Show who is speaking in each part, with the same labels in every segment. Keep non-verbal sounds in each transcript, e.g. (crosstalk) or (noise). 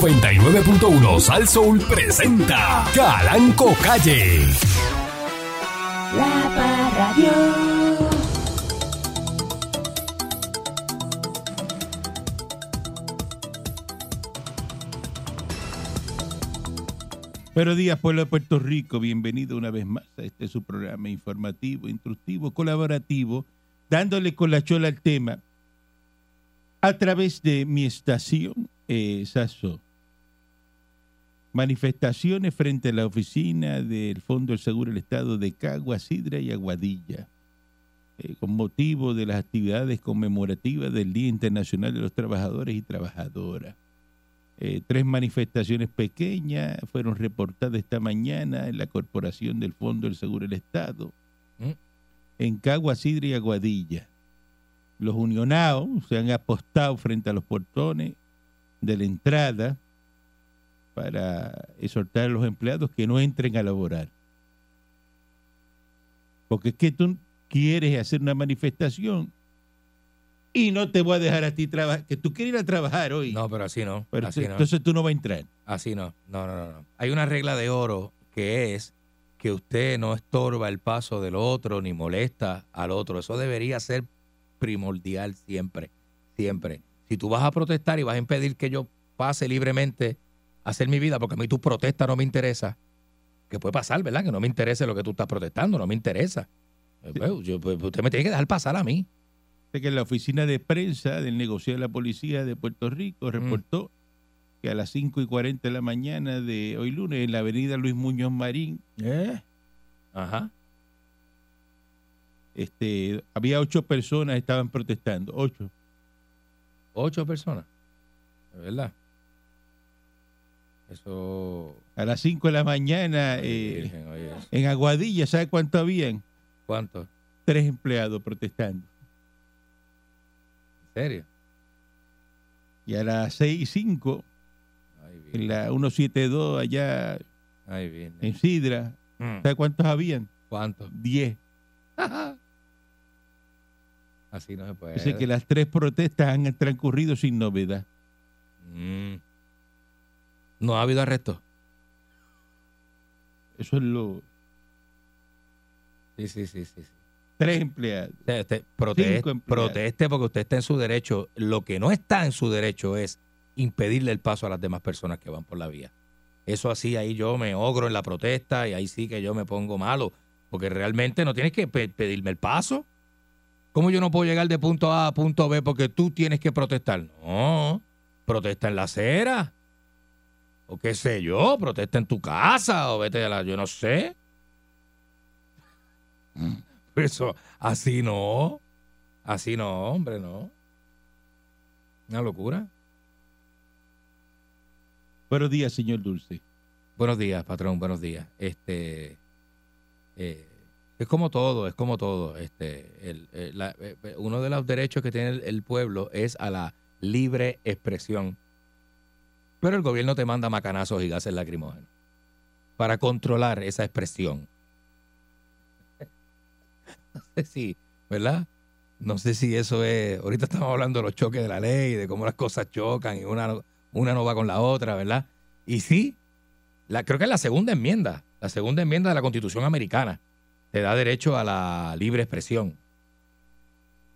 Speaker 1: 99.1 Sal Soul presenta Calanco Calle.
Speaker 2: La Parradio.
Speaker 3: Buenos días, pueblo de Puerto Rico. Bienvenido una vez más a este su programa informativo, instructivo, colaborativo, dándole con la chola al tema a través de mi estación, eh, Sasso. Manifestaciones frente a la oficina del Fondo del Seguro del Estado de Caguas, Sidra y Aguadilla, eh, con motivo de las actividades conmemorativas del Día Internacional de los Trabajadores y Trabajadoras. Eh, tres manifestaciones pequeñas fueron reportadas esta mañana en la Corporación del Fondo del Seguro del Estado, en Caguas, Sidra y Aguadilla. Los unionados se han apostado frente a los portones de la entrada para exhortar a los empleados que no entren a laborar. Porque es que tú quieres hacer una manifestación y no te voy a dejar a ti trabajar, que tú quieres ir a trabajar hoy.
Speaker 4: No, pero así no.
Speaker 3: Pero
Speaker 4: así
Speaker 3: tú-
Speaker 4: no.
Speaker 3: entonces tú no vas a entrar.
Speaker 4: así no. No, no, no, no. Hay una regla de oro que es que usted no estorba el paso del otro ni molesta al otro. Eso debería ser primordial siempre, siempre. Si tú vas a protestar y vas a impedir que yo pase libremente a hacer mi vida, porque a mí tu protesta no me interesa, que puede pasar, ¿verdad? Que no me interese lo que tú estás protestando, no me interesa. Eh, pues, yo- pues, usted me tiene que dejar pasar a mí.
Speaker 3: Dice que la oficina de prensa del negocio de la policía de Puerto
Speaker 4: Mm.
Speaker 3: Rico reportó que a las 5 y 40 de la mañana de hoy lunes en la avenida Luis Muñoz Marín Eh.
Speaker 4: Ajá.
Speaker 3: este, había ocho personas que estaban protestando, ocho.
Speaker 4: Ocho personas. De verdad. Eso.
Speaker 3: A las 5 de la mañana
Speaker 4: Ay,
Speaker 3: eh,
Speaker 4: Virgen, oye, eso.
Speaker 3: en Aguadilla, ¿sabe cuánto habían?
Speaker 4: ¿Cuánto? ¿En
Speaker 3: Tres empleados protestando.
Speaker 4: serio?
Speaker 3: Y a las 6 y 5
Speaker 4: Ay, Virgen.
Speaker 3: en la 172 allá
Speaker 4: Ay, Virgen.
Speaker 3: en Sidra,
Speaker 4: Mm.
Speaker 3: ¿sabe cuántos habían?
Speaker 4: ¿Cuánto? (laughs)
Speaker 3: Diez.
Speaker 4: Así no se puede.
Speaker 3: Dice que las tres protestas han transcurrido sin novedad.
Speaker 4: Mm. No ha habido arresto.
Speaker 3: Eso es lo...
Speaker 4: Sí, sí, sí, sí. sí.
Speaker 3: Tres empleados.
Speaker 4: O sea, usted proteste,
Speaker 3: Cinco empleados.
Speaker 4: proteste porque usted está en su derecho. Lo que no está en su derecho es impedirle el paso a las demás personas que van por la vía. Eso así, ahí yo me ogro en la protesta y ahí sí que yo me pongo malo, porque realmente no tienes que pe- pedirme el paso. ¿Cómo yo no puedo llegar de punto A a punto B porque tú tienes que protestar? No, protesta en la acera. O qué sé yo, protesta en tu casa o vete a la... Yo no sé. Pero Eso, así no. Así no, hombre, no. Una locura.
Speaker 3: Buenos días, señor Dulce.
Speaker 4: Buenos días, patrón, buenos días. Este eh, es como todo, es como todo. Este, el- el- la- eh, eh, uno de los derechos que tiene el, el pueblo es a la libre expresión. Pero el gobierno te manda macanazos y gases lacrimógenos para controlar esa expresión. (laughs) No sé si, ¿verdad? No sé si eso es. Ahorita estamos hablando de los choques de la ley, de cómo las cosas chocan y una, no- una no va con la otra, ¿verdad? Y sí, la, creo que es la segunda enmienda, la segunda enmienda de la Constitución americana, te da derecho a la libre expresión.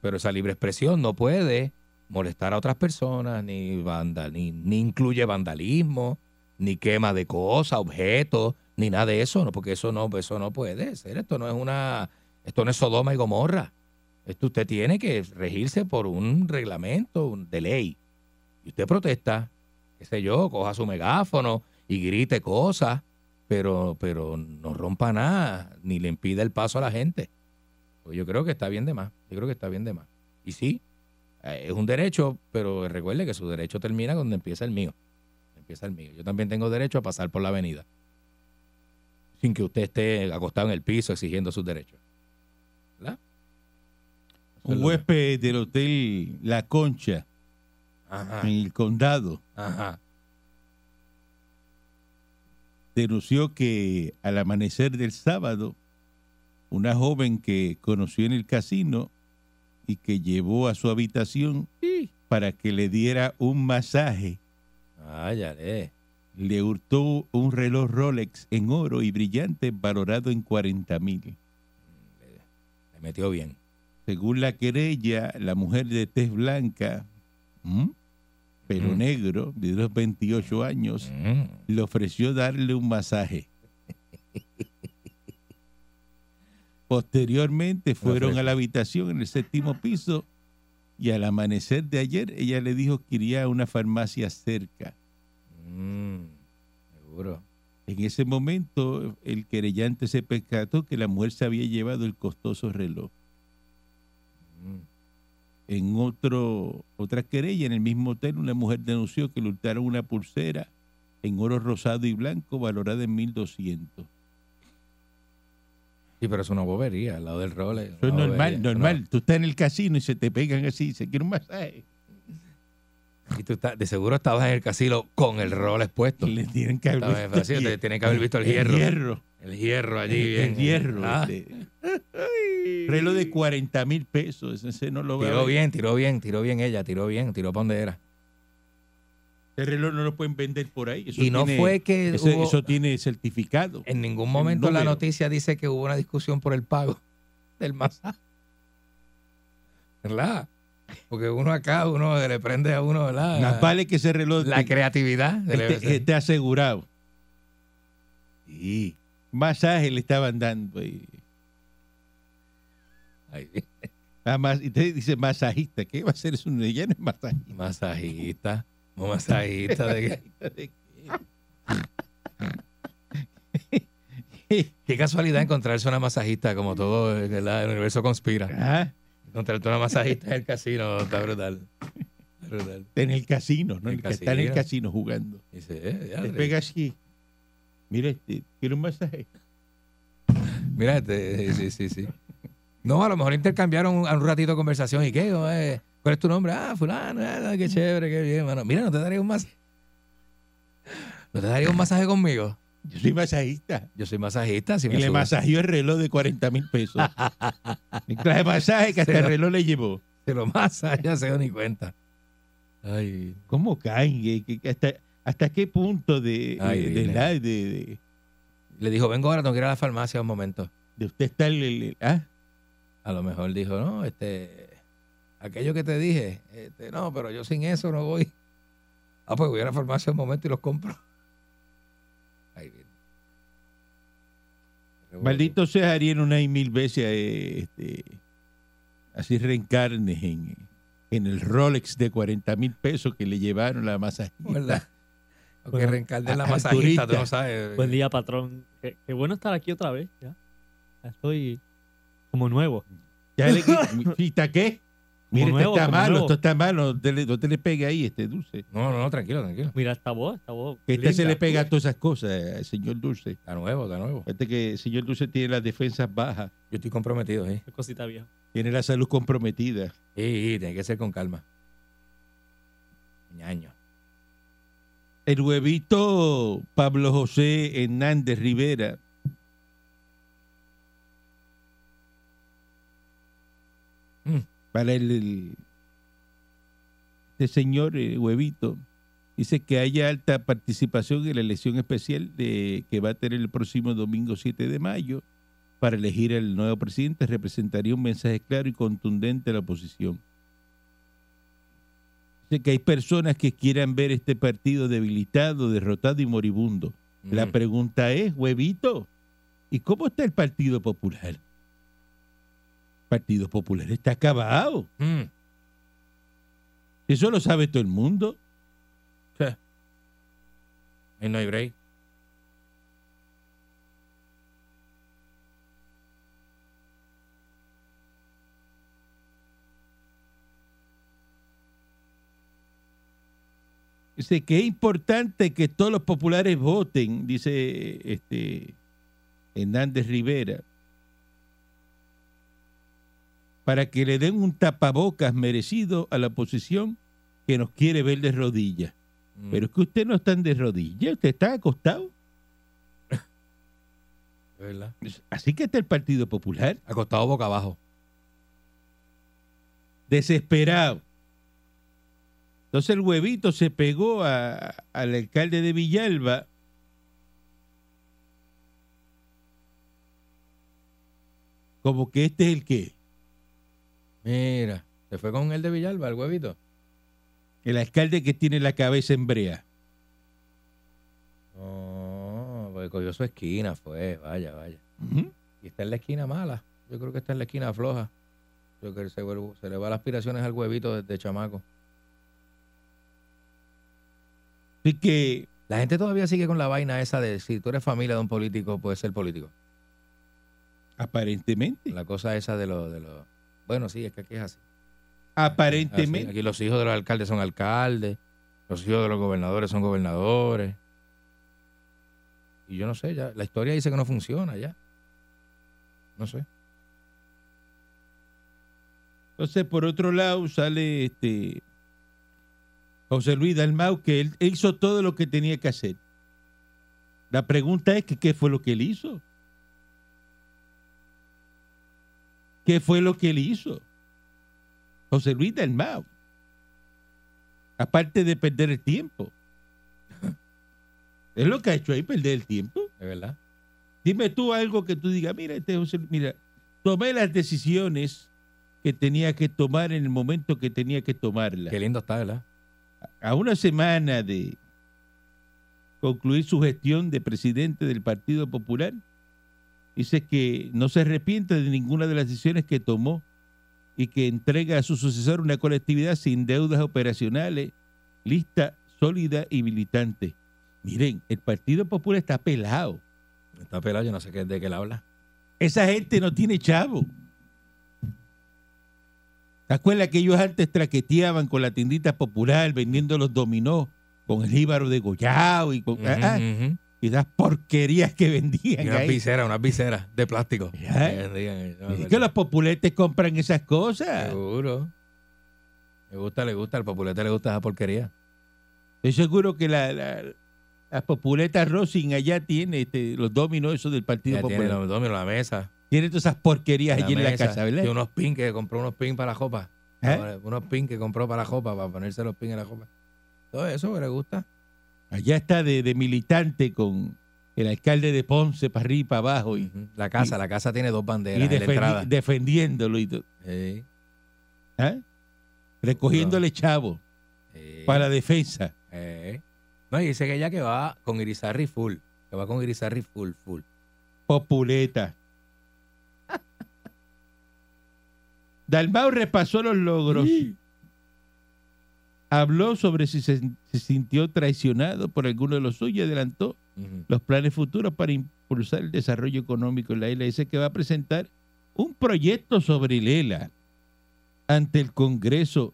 Speaker 4: Pero esa libre expresión no puede molestar a otras personas, ni, vanda- ni, ni incluye vandalismo, ni quema de cosas, objetos, ni nada de eso, no, porque eso no, eso no puede ser. Esto no es una, esto no es Sodoma y Gomorra. Esto usted tiene que regirse por un reglamento un- de ley. Y usted protesta, qué sé yo, coja su megáfono y grite cosas, pero, pero no rompa nada, ni le impida el paso a la gente. Pues yo creo que está bien de más, yo creo que está bien de más. Y sí, eh, es un derecho, pero recuerde que su derecho termina cuando empieza el mío. Empieza el mío. Yo también tengo derecho a pasar por la avenida. Sin que usted esté acostado en el piso exigiendo sus derechos. ¿Verdad? Eso es
Speaker 3: Un
Speaker 4: lo que-
Speaker 3: huésped del hotel La Concha,
Speaker 4: Ajá,
Speaker 3: en el condado,
Speaker 4: ajá.
Speaker 3: denunció que al amanecer del sábado, una joven que conoció en el casino y que llevó a su habitación para que le diera un masaje,
Speaker 4: Váyale.
Speaker 3: Le hurtó un reloj Rolex en oro y brillante valorado en 40 mil.
Speaker 4: Le metió bien.
Speaker 3: Según la querella, la mujer de tez blanca, ¿m? pelo
Speaker 4: Mm.
Speaker 3: negro, de unos 28 años,
Speaker 4: Mm.
Speaker 3: le ofreció darle un masaje. Posteriormente fueron a la habitación en el séptimo piso y al amanecer de ayer ella le dijo que iría a una farmacia cerca.
Speaker 4: Mm. Seguro.
Speaker 3: En ese momento el querellante se percató que la mujer se había llevado el costoso reloj.
Speaker 4: Mm.
Speaker 3: En otro, otra querella en el mismo hotel una mujer denunció que le hurtaron una pulsera en oro rosado y blanco valorada en 1200.
Speaker 4: Sí, pero es una bobería al lado del Rolex.
Speaker 3: Eso es
Speaker 4: una
Speaker 3: normal,
Speaker 4: bobería.
Speaker 3: normal. Tú estás en el casino y se te pegan así y se quiere un masaje.
Speaker 4: No. Y tú estás- de seguro estabas en el casino con el Rolex puesto.
Speaker 3: Le tienen que
Speaker 4: Estaba
Speaker 3: haber
Speaker 4: en vacío, te tienen que haber visto el hierro.
Speaker 3: El hierro.
Speaker 4: El hierro allí.
Speaker 3: El,
Speaker 4: bien.
Speaker 3: hierro.
Speaker 4: Ah,
Speaker 3: este. Reloj de 40 mil pesos. Ese, ese no lo va a
Speaker 4: tiró
Speaker 3: ver.
Speaker 4: bien, tiró bien, tiró bien ella, tiró bien, tiró para donde era.
Speaker 3: Ese reloj no lo pueden vender por ahí. Eso
Speaker 4: y no
Speaker 3: tiene-
Speaker 4: fue que
Speaker 3: ese-
Speaker 4: hubo-
Speaker 3: Eso tiene certificado.
Speaker 4: en ningún momento la
Speaker 3: número.
Speaker 4: noticia dice que hubo una discusión por el pago (laughs) del masaje. ¿Verdad? Porque uno acá, uno le prende a uno, ¿verdad?
Speaker 3: Más vale que ese reloj
Speaker 4: la
Speaker 3: te-
Speaker 4: creatividad. se le-
Speaker 3: esté, esté Este, asegurado.
Speaker 4: Sí.
Speaker 3: Masaje le estaban dando. ahí. este-
Speaker 4: Ay,
Speaker 3: Nada más- Ah, y usted dice masajista. ¿Qué va a hacer eso? Ella no es
Speaker 4: (laughs)
Speaker 3: masajista.
Speaker 4: Masajista. Un masajista de que-
Speaker 3: ¿De qué?
Speaker 4: Qué casualidad encontrarse una masajista, como todo eh, ¿verdad? el universo conspira.
Speaker 3: Ah,
Speaker 4: Encontrarte una masajista en el casino, está brutal. Está brutal.
Speaker 3: En el casino, ¿no?
Speaker 4: El
Speaker 3: El que está en el
Speaker 4: casino.
Speaker 3: casino jugando.
Speaker 4: Dice, eh, ya,
Speaker 3: Te
Speaker 4: le-
Speaker 3: pega así. Mira, este, quiero un masaje.
Speaker 4: Mira, este, eh, sí, sí, sí. No, a lo mejor intercambiaron un, un ratito de conversación. ¿Y qué? Oh, eh, ¿Cuál es tu nombre? Ah, fulano, ah,
Speaker 3: Mm.
Speaker 4: qué chévere, qué bien, mano. Mira, ¿no te daría un masaje? ¿No te daría un masaje conmigo?
Speaker 3: Yo soy masajista.
Speaker 4: Yo soy masajista, si
Speaker 3: Y
Speaker 4: me
Speaker 3: le
Speaker 4: sube.
Speaker 3: masajeó el reloj de 40 mil
Speaker 4: (laughs)
Speaker 3: pesos. El clase de masaje que hasta el reloj le llevó.
Speaker 4: Se lo masaje, (laughs) ya se dio ni cuenta. Ay,
Speaker 3: ¿Cómo caen? eh? ¿Qué- qué- ¿Hasta, hasta qué punto de, eh,
Speaker 4: Ay,
Speaker 3: de,
Speaker 4: dile.
Speaker 3: de la- de- de-
Speaker 4: Le dijo, vengo ahora, tengo que ir a la farmacia un momento.
Speaker 3: de usted estar... el- el- ah,
Speaker 4: A lo mejor dijo, no, este, aquello que te dije, este, no, pero yo sin eso no voy. Ah, pues voy a la farmacia un momento y los compro. Ay, bien.
Speaker 3: maldito sea Ariel una y mil veces eh, este, así reencarnes en, en el Rolex de 40 mil pesos que le llevaron la masajista.
Speaker 4: ¿Verdad? Aunque
Speaker 5: Bueno,
Speaker 4: reencarne la
Speaker 3: a-
Speaker 4: masajista, tú
Speaker 3: turista.
Speaker 4: no sabes.
Speaker 5: Buen día, patrón. Qué, qué bueno estar aquí otra vez. Ya, Ya estoy como nuevo.
Speaker 3: Ya le
Speaker 5: (laughs)
Speaker 3: quita qué? Mire,
Speaker 5: Como
Speaker 3: esto
Speaker 5: nuevo,
Speaker 3: está
Speaker 5: como
Speaker 3: malo,
Speaker 5: nuevo.
Speaker 3: esto está malo, no te, le, no te le pegue ahí este dulce.
Speaker 4: No, no, no, tranquilo, tranquilo.
Speaker 5: Mira esta voz, esta voz.
Speaker 3: Que este se
Speaker 5: linda.
Speaker 3: le pega a todas esas cosas, eh, señor Dulce.
Speaker 4: Está nuevo, está nuevo.
Speaker 3: Fíjate que el señor Dulce tiene las defensas bajas,
Speaker 4: Yo estoy comprometido, ¿eh?
Speaker 5: Qué cosita vieja.
Speaker 3: tiene la salud comprometida.
Speaker 4: Sí, sí, tiene que ser con calma. Ñaño.
Speaker 3: El huevito Pablo José Hernández Rivera
Speaker 4: Mm.
Speaker 3: para el, el- este señor eh, huevito dice que haya alta participación en la elección especial de que va a tener el próximo domingo 7 de mayo para elegir al nuevo presidente representaría un mensaje claro y contundente a la oposición. Dice que hay personas que quieran ver este partido debilitado, derrotado y moribundo. La
Speaker 4: Mm.
Speaker 3: pregunta es, huevito, ¿y cómo está el Partido Popular? El Partido Popular está acabado.
Speaker 4: Mm.
Speaker 3: Eso lo sabe todo el mundo.
Speaker 4: Ahí mm, no hay break.
Speaker 3: Dice que es importante que todos los populares voten, dice este Hernández Rivera, para que le den un tapabocas merecido a la oposición que nos quiere ver de rodillas.
Speaker 4: Mm.
Speaker 3: Pero es que usted no está de rodillas, usted está acostado.
Speaker 4: ¿Verdad?
Speaker 3: Así que está el Partido Popular
Speaker 4: Acostado boca abajo.
Speaker 3: desesperado. Entonces el huevito se pegó a- al alcalde de Villalba. Como que este es el que,
Speaker 4: Mira, se fue con el de Villalba, el huevito.
Speaker 3: el alcalde que tiene la cabeza en brea.
Speaker 4: No, porque cogió su esquina, fue, vaya, vaya.
Speaker 3: Ujú.
Speaker 4: Y está en la esquina mala. Yo creo que está en la esquina floja. Yo creo que se, vuelve- se le va las aspiraciones al huevito desde chamaco.
Speaker 3: Así que
Speaker 4: La gente todavía sigue con la vaina esa de si tú eres familia de un político, puedes ser político.
Speaker 3: aparentemente,
Speaker 4: La cosa esa de los... De lo, bueno, sí, es que aquí es así. Así,
Speaker 3: aparentemente,
Speaker 4: aquí los hijos de los alcaldes son alcaldes, los hijos de los gobernadores son gobernadores. Y yo no sé, ya la historia dice que no funciona ya. No sé.
Speaker 3: entonces por otro lado sale este José Luis Dalmau que él hizo todo lo que tenía que hacer. La pregunta es que qué fue lo que él hizo. ¿Qué fue lo que él hizo? José Luis Dalmau. Aparte de perder el tiempo. (laughs) Es lo que ha hecho ahí, perder el tiempo.
Speaker 4: De verdad.
Speaker 3: Dime tú algo que tú digas, mira, este José Luis, mira, tomé las decisiones que tenía que tomar en el momento que tenía que tomarlas.
Speaker 4: Qué lindo está, ¿verdad?
Speaker 3: A una semana de concluir su gestión de presidente del Partido Popular, dice que no se arrepiente de ninguna de las decisiones que tomó y que entrega a su sucesor una colectividad sin deudas operacionales, lista, sólida y militante. Miren, el Partido Popular está pelado.
Speaker 4: Está pelado, yo no sé qué, de qué él habla.
Speaker 3: Esa gente no tiene chavo. ¿Te acuerdas que ellos antes traqueteaban con la tiendita popular vendiendo los dominó con el jíbaro de Goyao y con ah, ah,
Speaker 4: Ujú, ujú.
Speaker 3: y las porquerías que vendían
Speaker 4: Y unas
Speaker 3: ahí?
Speaker 4: viseras, unas viseras de plástico.
Speaker 3: Ya.
Speaker 4: Que vendían, yo
Speaker 3: Y
Speaker 4: me
Speaker 3: es
Speaker 4: acuerdo.
Speaker 3: que los populetes compran esas cosas.
Speaker 4: Seguro. Le gusta, le gusta, al populete le gusta esa porquería.
Speaker 3: Estoy seguro que la, la, la populeta Rosin allá tiene este, los dominó esos del Partido
Speaker 4: Ya tiene
Speaker 3: Popular.
Speaker 4: los dominos, la mesa.
Speaker 3: Tiene todas esas porquerías allí en la
Speaker 4: mesa,
Speaker 3: casa, ¿verdad?
Speaker 4: Y unos pins que compró unos pins para la jopa.
Speaker 3: ¿Eh?
Speaker 4: Ahora, Unos pins que compró para la jopa, para ponerse los pins en la jopa. Todo eso que le gusta.
Speaker 3: Allá está de, de militante con el alcalde de Ponce para arriba y para abajo. Y,
Speaker 4: Ujú. La casa,
Speaker 3: Y-
Speaker 4: la casa tiene dos banderas
Speaker 3: y
Speaker 4: en la
Speaker 3: defendi-
Speaker 4: entrada.
Speaker 3: defendiéndolo y todo,
Speaker 4: Sí,
Speaker 3: ¿ah? recogiéndole chavo
Speaker 4: sí,
Speaker 3: para la defensa.
Speaker 4: sí. No, y dice que ella que va con Irizarry full. Que va con Irizarry full, full.
Speaker 3: Populeta.
Speaker 4: (laughs)
Speaker 3: Dalmau repasó los logros. Habló sobre si se, se sintió traicionado por alguno de los suyos y adelantó
Speaker 4: Ujú.
Speaker 3: los planes futuros para impulsar el desarrollo económico en la isla. Dice que va a presentar un proyecto sobre el ELA ante el Congreso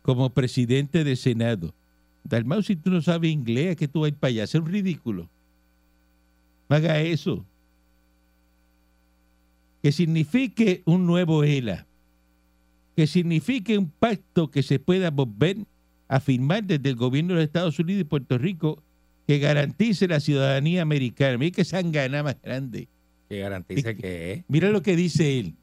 Speaker 3: como presidente de Senado. Dalmau, si tú no sabes inglés, ¿a qué tú vas a ir para allá? Es un ridículo. No haga eso. Que signifique un nuevo ELA. Que signifique un pacto que se pueda volver a firmar desde el gobierno de los Estados Unidos y Puerto Rico que garantice la ciudadanía americana. Mira que sangana más grande.
Speaker 4: Que garantice que
Speaker 3: Mira lo que dice él.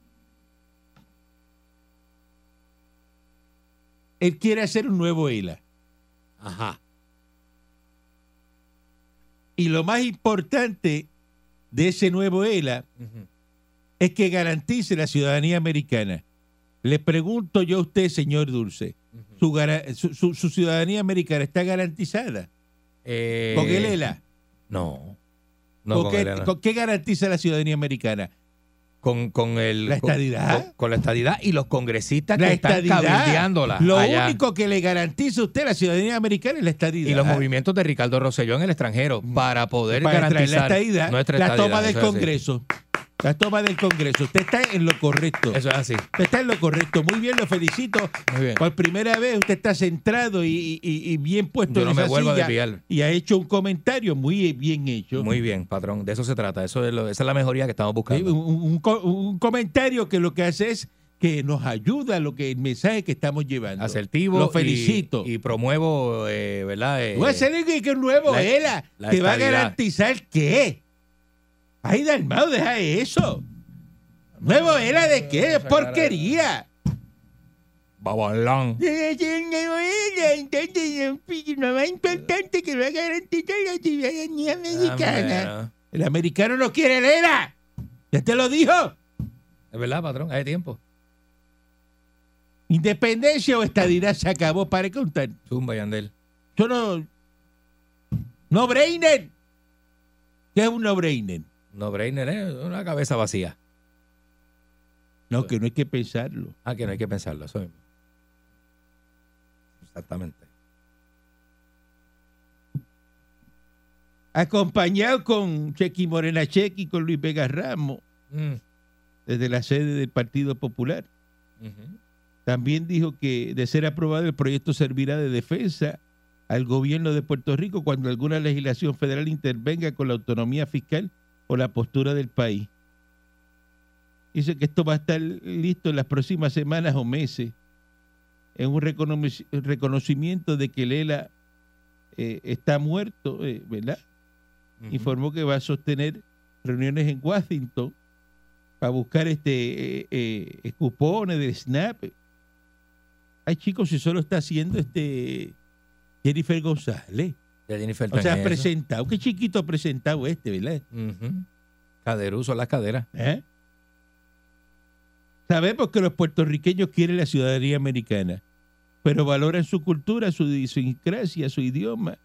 Speaker 3: Él quiere hacer un nuevo E ELA.
Speaker 4: Ajá.
Speaker 3: Y lo más importante de ese nuevo ELA es que garantice la ciudadanía americana. Le pregunto yo a usted, señor Dulce, ¿su, gara- su- su- su ciudadanía americana está garantizada? ¿Con el ELA?
Speaker 4: Eh, No. No,
Speaker 3: ¿Con
Speaker 4: con
Speaker 3: qué-
Speaker 4: el ELA no.
Speaker 3: ¿Con qué garantiza la ciudadanía americana?
Speaker 4: con, con el
Speaker 3: ¿La
Speaker 4: con-
Speaker 3: estadidad?
Speaker 4: con, con la estadidad y los congresistas
Speaker 3: la
Speaker 4: que están
Speaker 3: estadidad.
Speaker 4: cabildeándola
Speaker 3: Lo
Speaker 4: allá.
Speaker 3: único que le garantiza a usted la ciudadanía americana es la estadidad.
Speaker 4: y los movimientos de Ricardo Rosselló en el extranjero para poder
Speaker 3: para traer la
Speaker 4: garantizar
Speaker 3: estadidad,
Speaker 4: nuestra
Speaker 3: la
Speaker 4: estadidad,
Speaker 3: toma del
Speaker 4: eso es así.
Speaker 3: Congreso. La toma del Congreso. Usted está en lo correcto.
Speaker 4: Eso es así.
Speaker 3: Usted está en lo correcto. Muy bien, lo felicito.
Speaker 4: Muy bien.
Speaker 3: Por primera vez usted está centrado y, y- y bien puesto
Speaker 4: Yo
Speaker 3: en
Speaker 4: no me
Speaker 3: esa
Speaker 4: vuelvo a
Speaker 3: silla
Speaker 4: desviar.
Speaker 3: y ha hecho un comentario muy bien hecho.
Speaker 4: Muy bien, patrón. De eso se trata. Eso es lo- esa es la mejoría que estamos
Speaker 3: Sí, un,
Speaker 4: buscando.
Speaker 3: un co- un comentario que lo que hace es que nos ayuda a lo que el mensaje que estamos llevando.
Speaker 4: Asertivo.
Speaker 3: Lo
Speaker 4: y-
Speaker 3: felicito.
Speaker 4: Y, promuevo, eh, ¿verdad? Eh,
Speaker 3: Tú vas a hacer que que un nuevo
Speaker 4: la-
Speaker 3: ELA
Speaker 4: la
Speaker 3: te va a
Speaker 4: estabilidad.
Speaker 3: garantizar qué. Ay, Dalmau, deja eso. ¿Nuevo ELA de qué?
Speaker 4: Esa cara-
Speaker 3: Porquería.
Speaker 4: Babalán.
Speaker 6: importante que va a garantizar la ciudadanía mexicana.
Speaker 4: Ah,
Speaker 3: El americano no quiere lera. Ya te lo dijo.
Speaker 4: mira. Es verdad, patrón, hay tiempo.
Speaker 3: Independencia o estadidad se acabó para contar.
Speaker 4: Zumba Yandel.
Speaker 3: Yo no. No brainer. ¿Qué es un no brainer?
Speaker 4: No brainer, eh, una cabeza vacía.
Speaker 3: No, que no hay que pensarlo.
Speaker 4: Ah, que no hay que pensarlo, eso mismo. Exactamente.
Speaker 3: Acompañado con Chequi Morena Chequi, con Luis Vega Ramos,
Speaker 4: Mm,
Speaker 3: desde la sede del Partido Popular.
Speaker 4: ujú.
Speaker 3: También dijo que de ser aprobado el proyecto servirá de defensa al gobierno de Puerto Rico cuando alguna legislación federal intervenga con la autonomía fiscal o la postura del país. Dice que esto va a estar listo en las próximas semanas o meses en un reconomi- reconocimiento de que Lela eh, está muerto, eh, ¿verdad?
Speaker 4: Ujú.
Speaker 3: informó que va a sostener reuniones en Washington para buscar este eh, eh, cupones de SNAP. Ay, chicos, si solo está haciendo este Jennifer González.
Speaker 4: Ya Jennifer
Speaker 3: O
Speaker 4: está
Speaker 3: sea,
Speaker 4: en
Speaker 3: ha
Speaker 4: eso.
Speaker 3: presentado. Qué chiquito ha presentado este, ¿verdad?
Speaker 4: Ujú. Caderuso las caderas.
Speaker 3: ¿Eh? Sabemos que los puertorriqueños quieren la ciudadanía americana, pero valoran su cultura, su idiosincrasia, su idioma.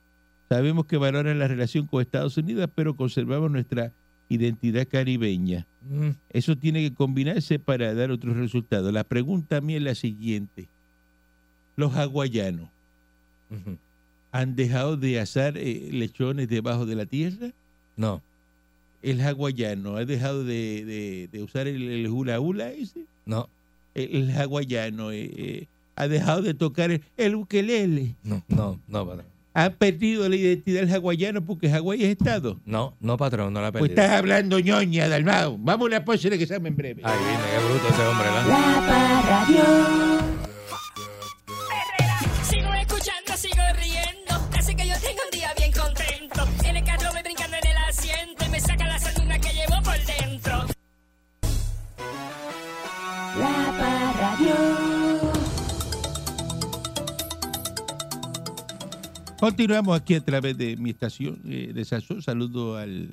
Speaker 3: Sabemos que valoran la relación con Estados Unidos, pero conservamos nuestra identidad caribeña.
Speaker 4: Mm,
Speaker 3: Eso tiene que combinarse para dar otros resultados. La pregunta mía es la siguiente. Los hawaianos
Speaker 4: ujú.
Speaker 3: han dejado de asar eh, lechones debajo de la tierra.
Speaker 4: No,
Speaker 3: El hawaiano ha dejado de, de- de usar el, el hula hula ese.
Speaker 4: no,
Speaker 3: El, el hawaiano eh, eh, ha dejado de tocar el, el ukelele.
Speaker 4: no, no, no, patrón.
Speaker 3: Han perdido la identidad del hawaiano porque Hawái es estado.
Speaker 4: No, no, patrón, no la
Speaker 3: Pues
Speaker 4: perdí.
Speaker 3: estás hablando ñoña, Dalmao. Vamos a la pausa y regresamos en breve.
Speaker 4: Ay, dime, qué bruto ese hombre, ¿verdad?
Speaker 2: La Parradio.
Speaker 7: Sigo escuchando, sigo riendo. Así que yo tengo un día bien contento. En el carro voy brincando en el asiento y me saca la sanduna que llevo por dentro.
Speaker 2: La Parradio.
Speaker 3: Continuamos aquí a través de mi estación eh, de Sazón. Saludo al,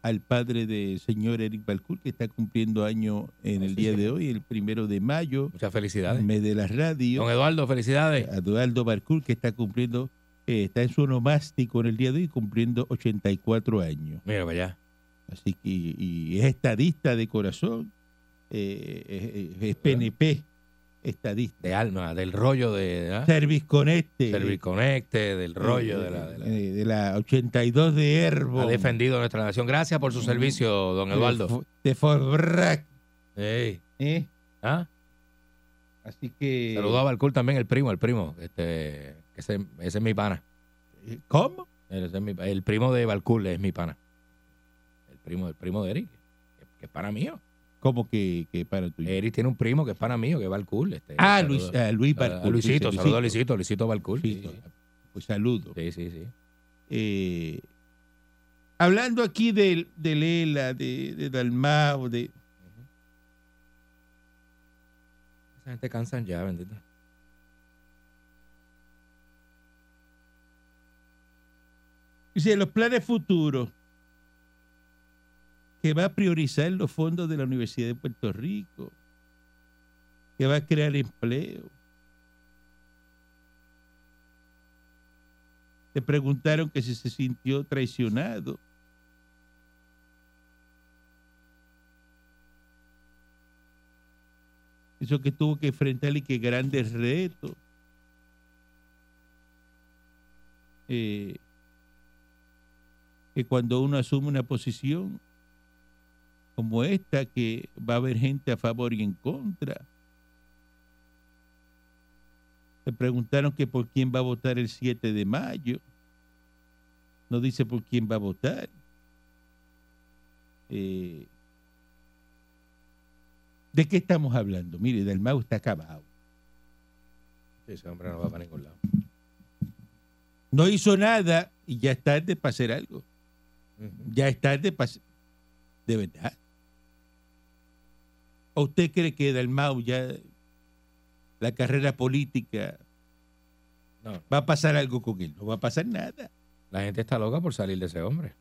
Speaker 3: al padre del señor Eric Balcour, que está cumpliendo año en el día de hoy, el primero de mayo,
Speaker 4: Muchas felicidades.
Speaker 3: mes de la radio.
Speaker 4: Don Eduardo, felicidades.
Speaker 3: A Eduardo Balcour, que está cumpliendo, eh, está en su onomástico en el día de hoy, cumpliendo 84 años.
Speaker 4: Mira para allá.
Speaker 3: Así que y, y es estadista de corazón, eh, eh, eh, es PNP estadista.
Speaker 4: De alma, del rollo de. ¿verdad?
Speaker 3: Service Connect. eh,
Speaker 4: Serviconecte, del Ah. rollo de la. de la-
Speaker 3: eh, de la 82 de Herbo.
Speaker 4: ha defendido nuestra nación. Gracias por su servicio, don
Speaker 3: De,
Speaker 4: Eduardo.
Speaker 3: Fo- de Forbrac,
Speaker 4: Ey,
Speaker 3: ¿eh?
Speaker 4: ¿ah?
Speaker 3: Así que.
Speaker 4: Saludó a Balcour también, el primo, el primo. Este, ese, ese es mi pana.
Speaker 3: eh, ¿Cómo?
Speaker 4: El, ese es mi- el primo de Balcour es mi pana. El primo, el primo de Eric, que, que es pana mío.
Speaker 3: ¿Cómo que, que para tu
Speaker 4: Eric tiene un primo que es pana mío, que es Balcour. Este,
Speaker 3: Ah,
Speaker 4: Eh, saludo.
Speaker 3: Luis, ah, Luis
Speaker 4: A- a
Speaker 3: Balcour, sí,
Speaker 4: Luisito,
Speaker 3: sí,
Speaker 4: saludo a Luisito, Luisito Balcour. Sí,
Speaker 3: Luisito, Pues saludo.
Speaker 4: sí, sí. sí.
Speaker 3: Eh, hablando aquí del- de, Lela, de, de Dalmao, de.
Speaker 4: Esa gente cansan ya, bendito.
Speaker 3: Dice, los planes futuros que va a priorizar los fondos de la Universidad de Puerto Rico, que va a crear empleo. Le preguntaron que si se sintió traicionado. Eso que tuvo que enfrentar y que grandes retos. Eh, que cuando uno asume una posición como esta, que va a haber gente a favor y en contra. Le preguntaron que por quién va a votar el 7 de mayo. No dice por quién va a votar. Eh, ¿De qué estamos hablando? Mire, del mago está acabado.
Speaker 4: Sí, ese hombre no va para ningún lado.
Speaker 3: No hizo nada y ya es tarde para hacer algo.
Speaker 4: Ujú.
Speaker 3: Ya es tarde para... De verdad. ¿O usted cree que Dalmau ya la carrera política.
Speaker 4: No.
Speaker 3: Va a pasar algo con él, no va a pasar nada.
Speaker 4: La gente está loca por salir de ese hombre.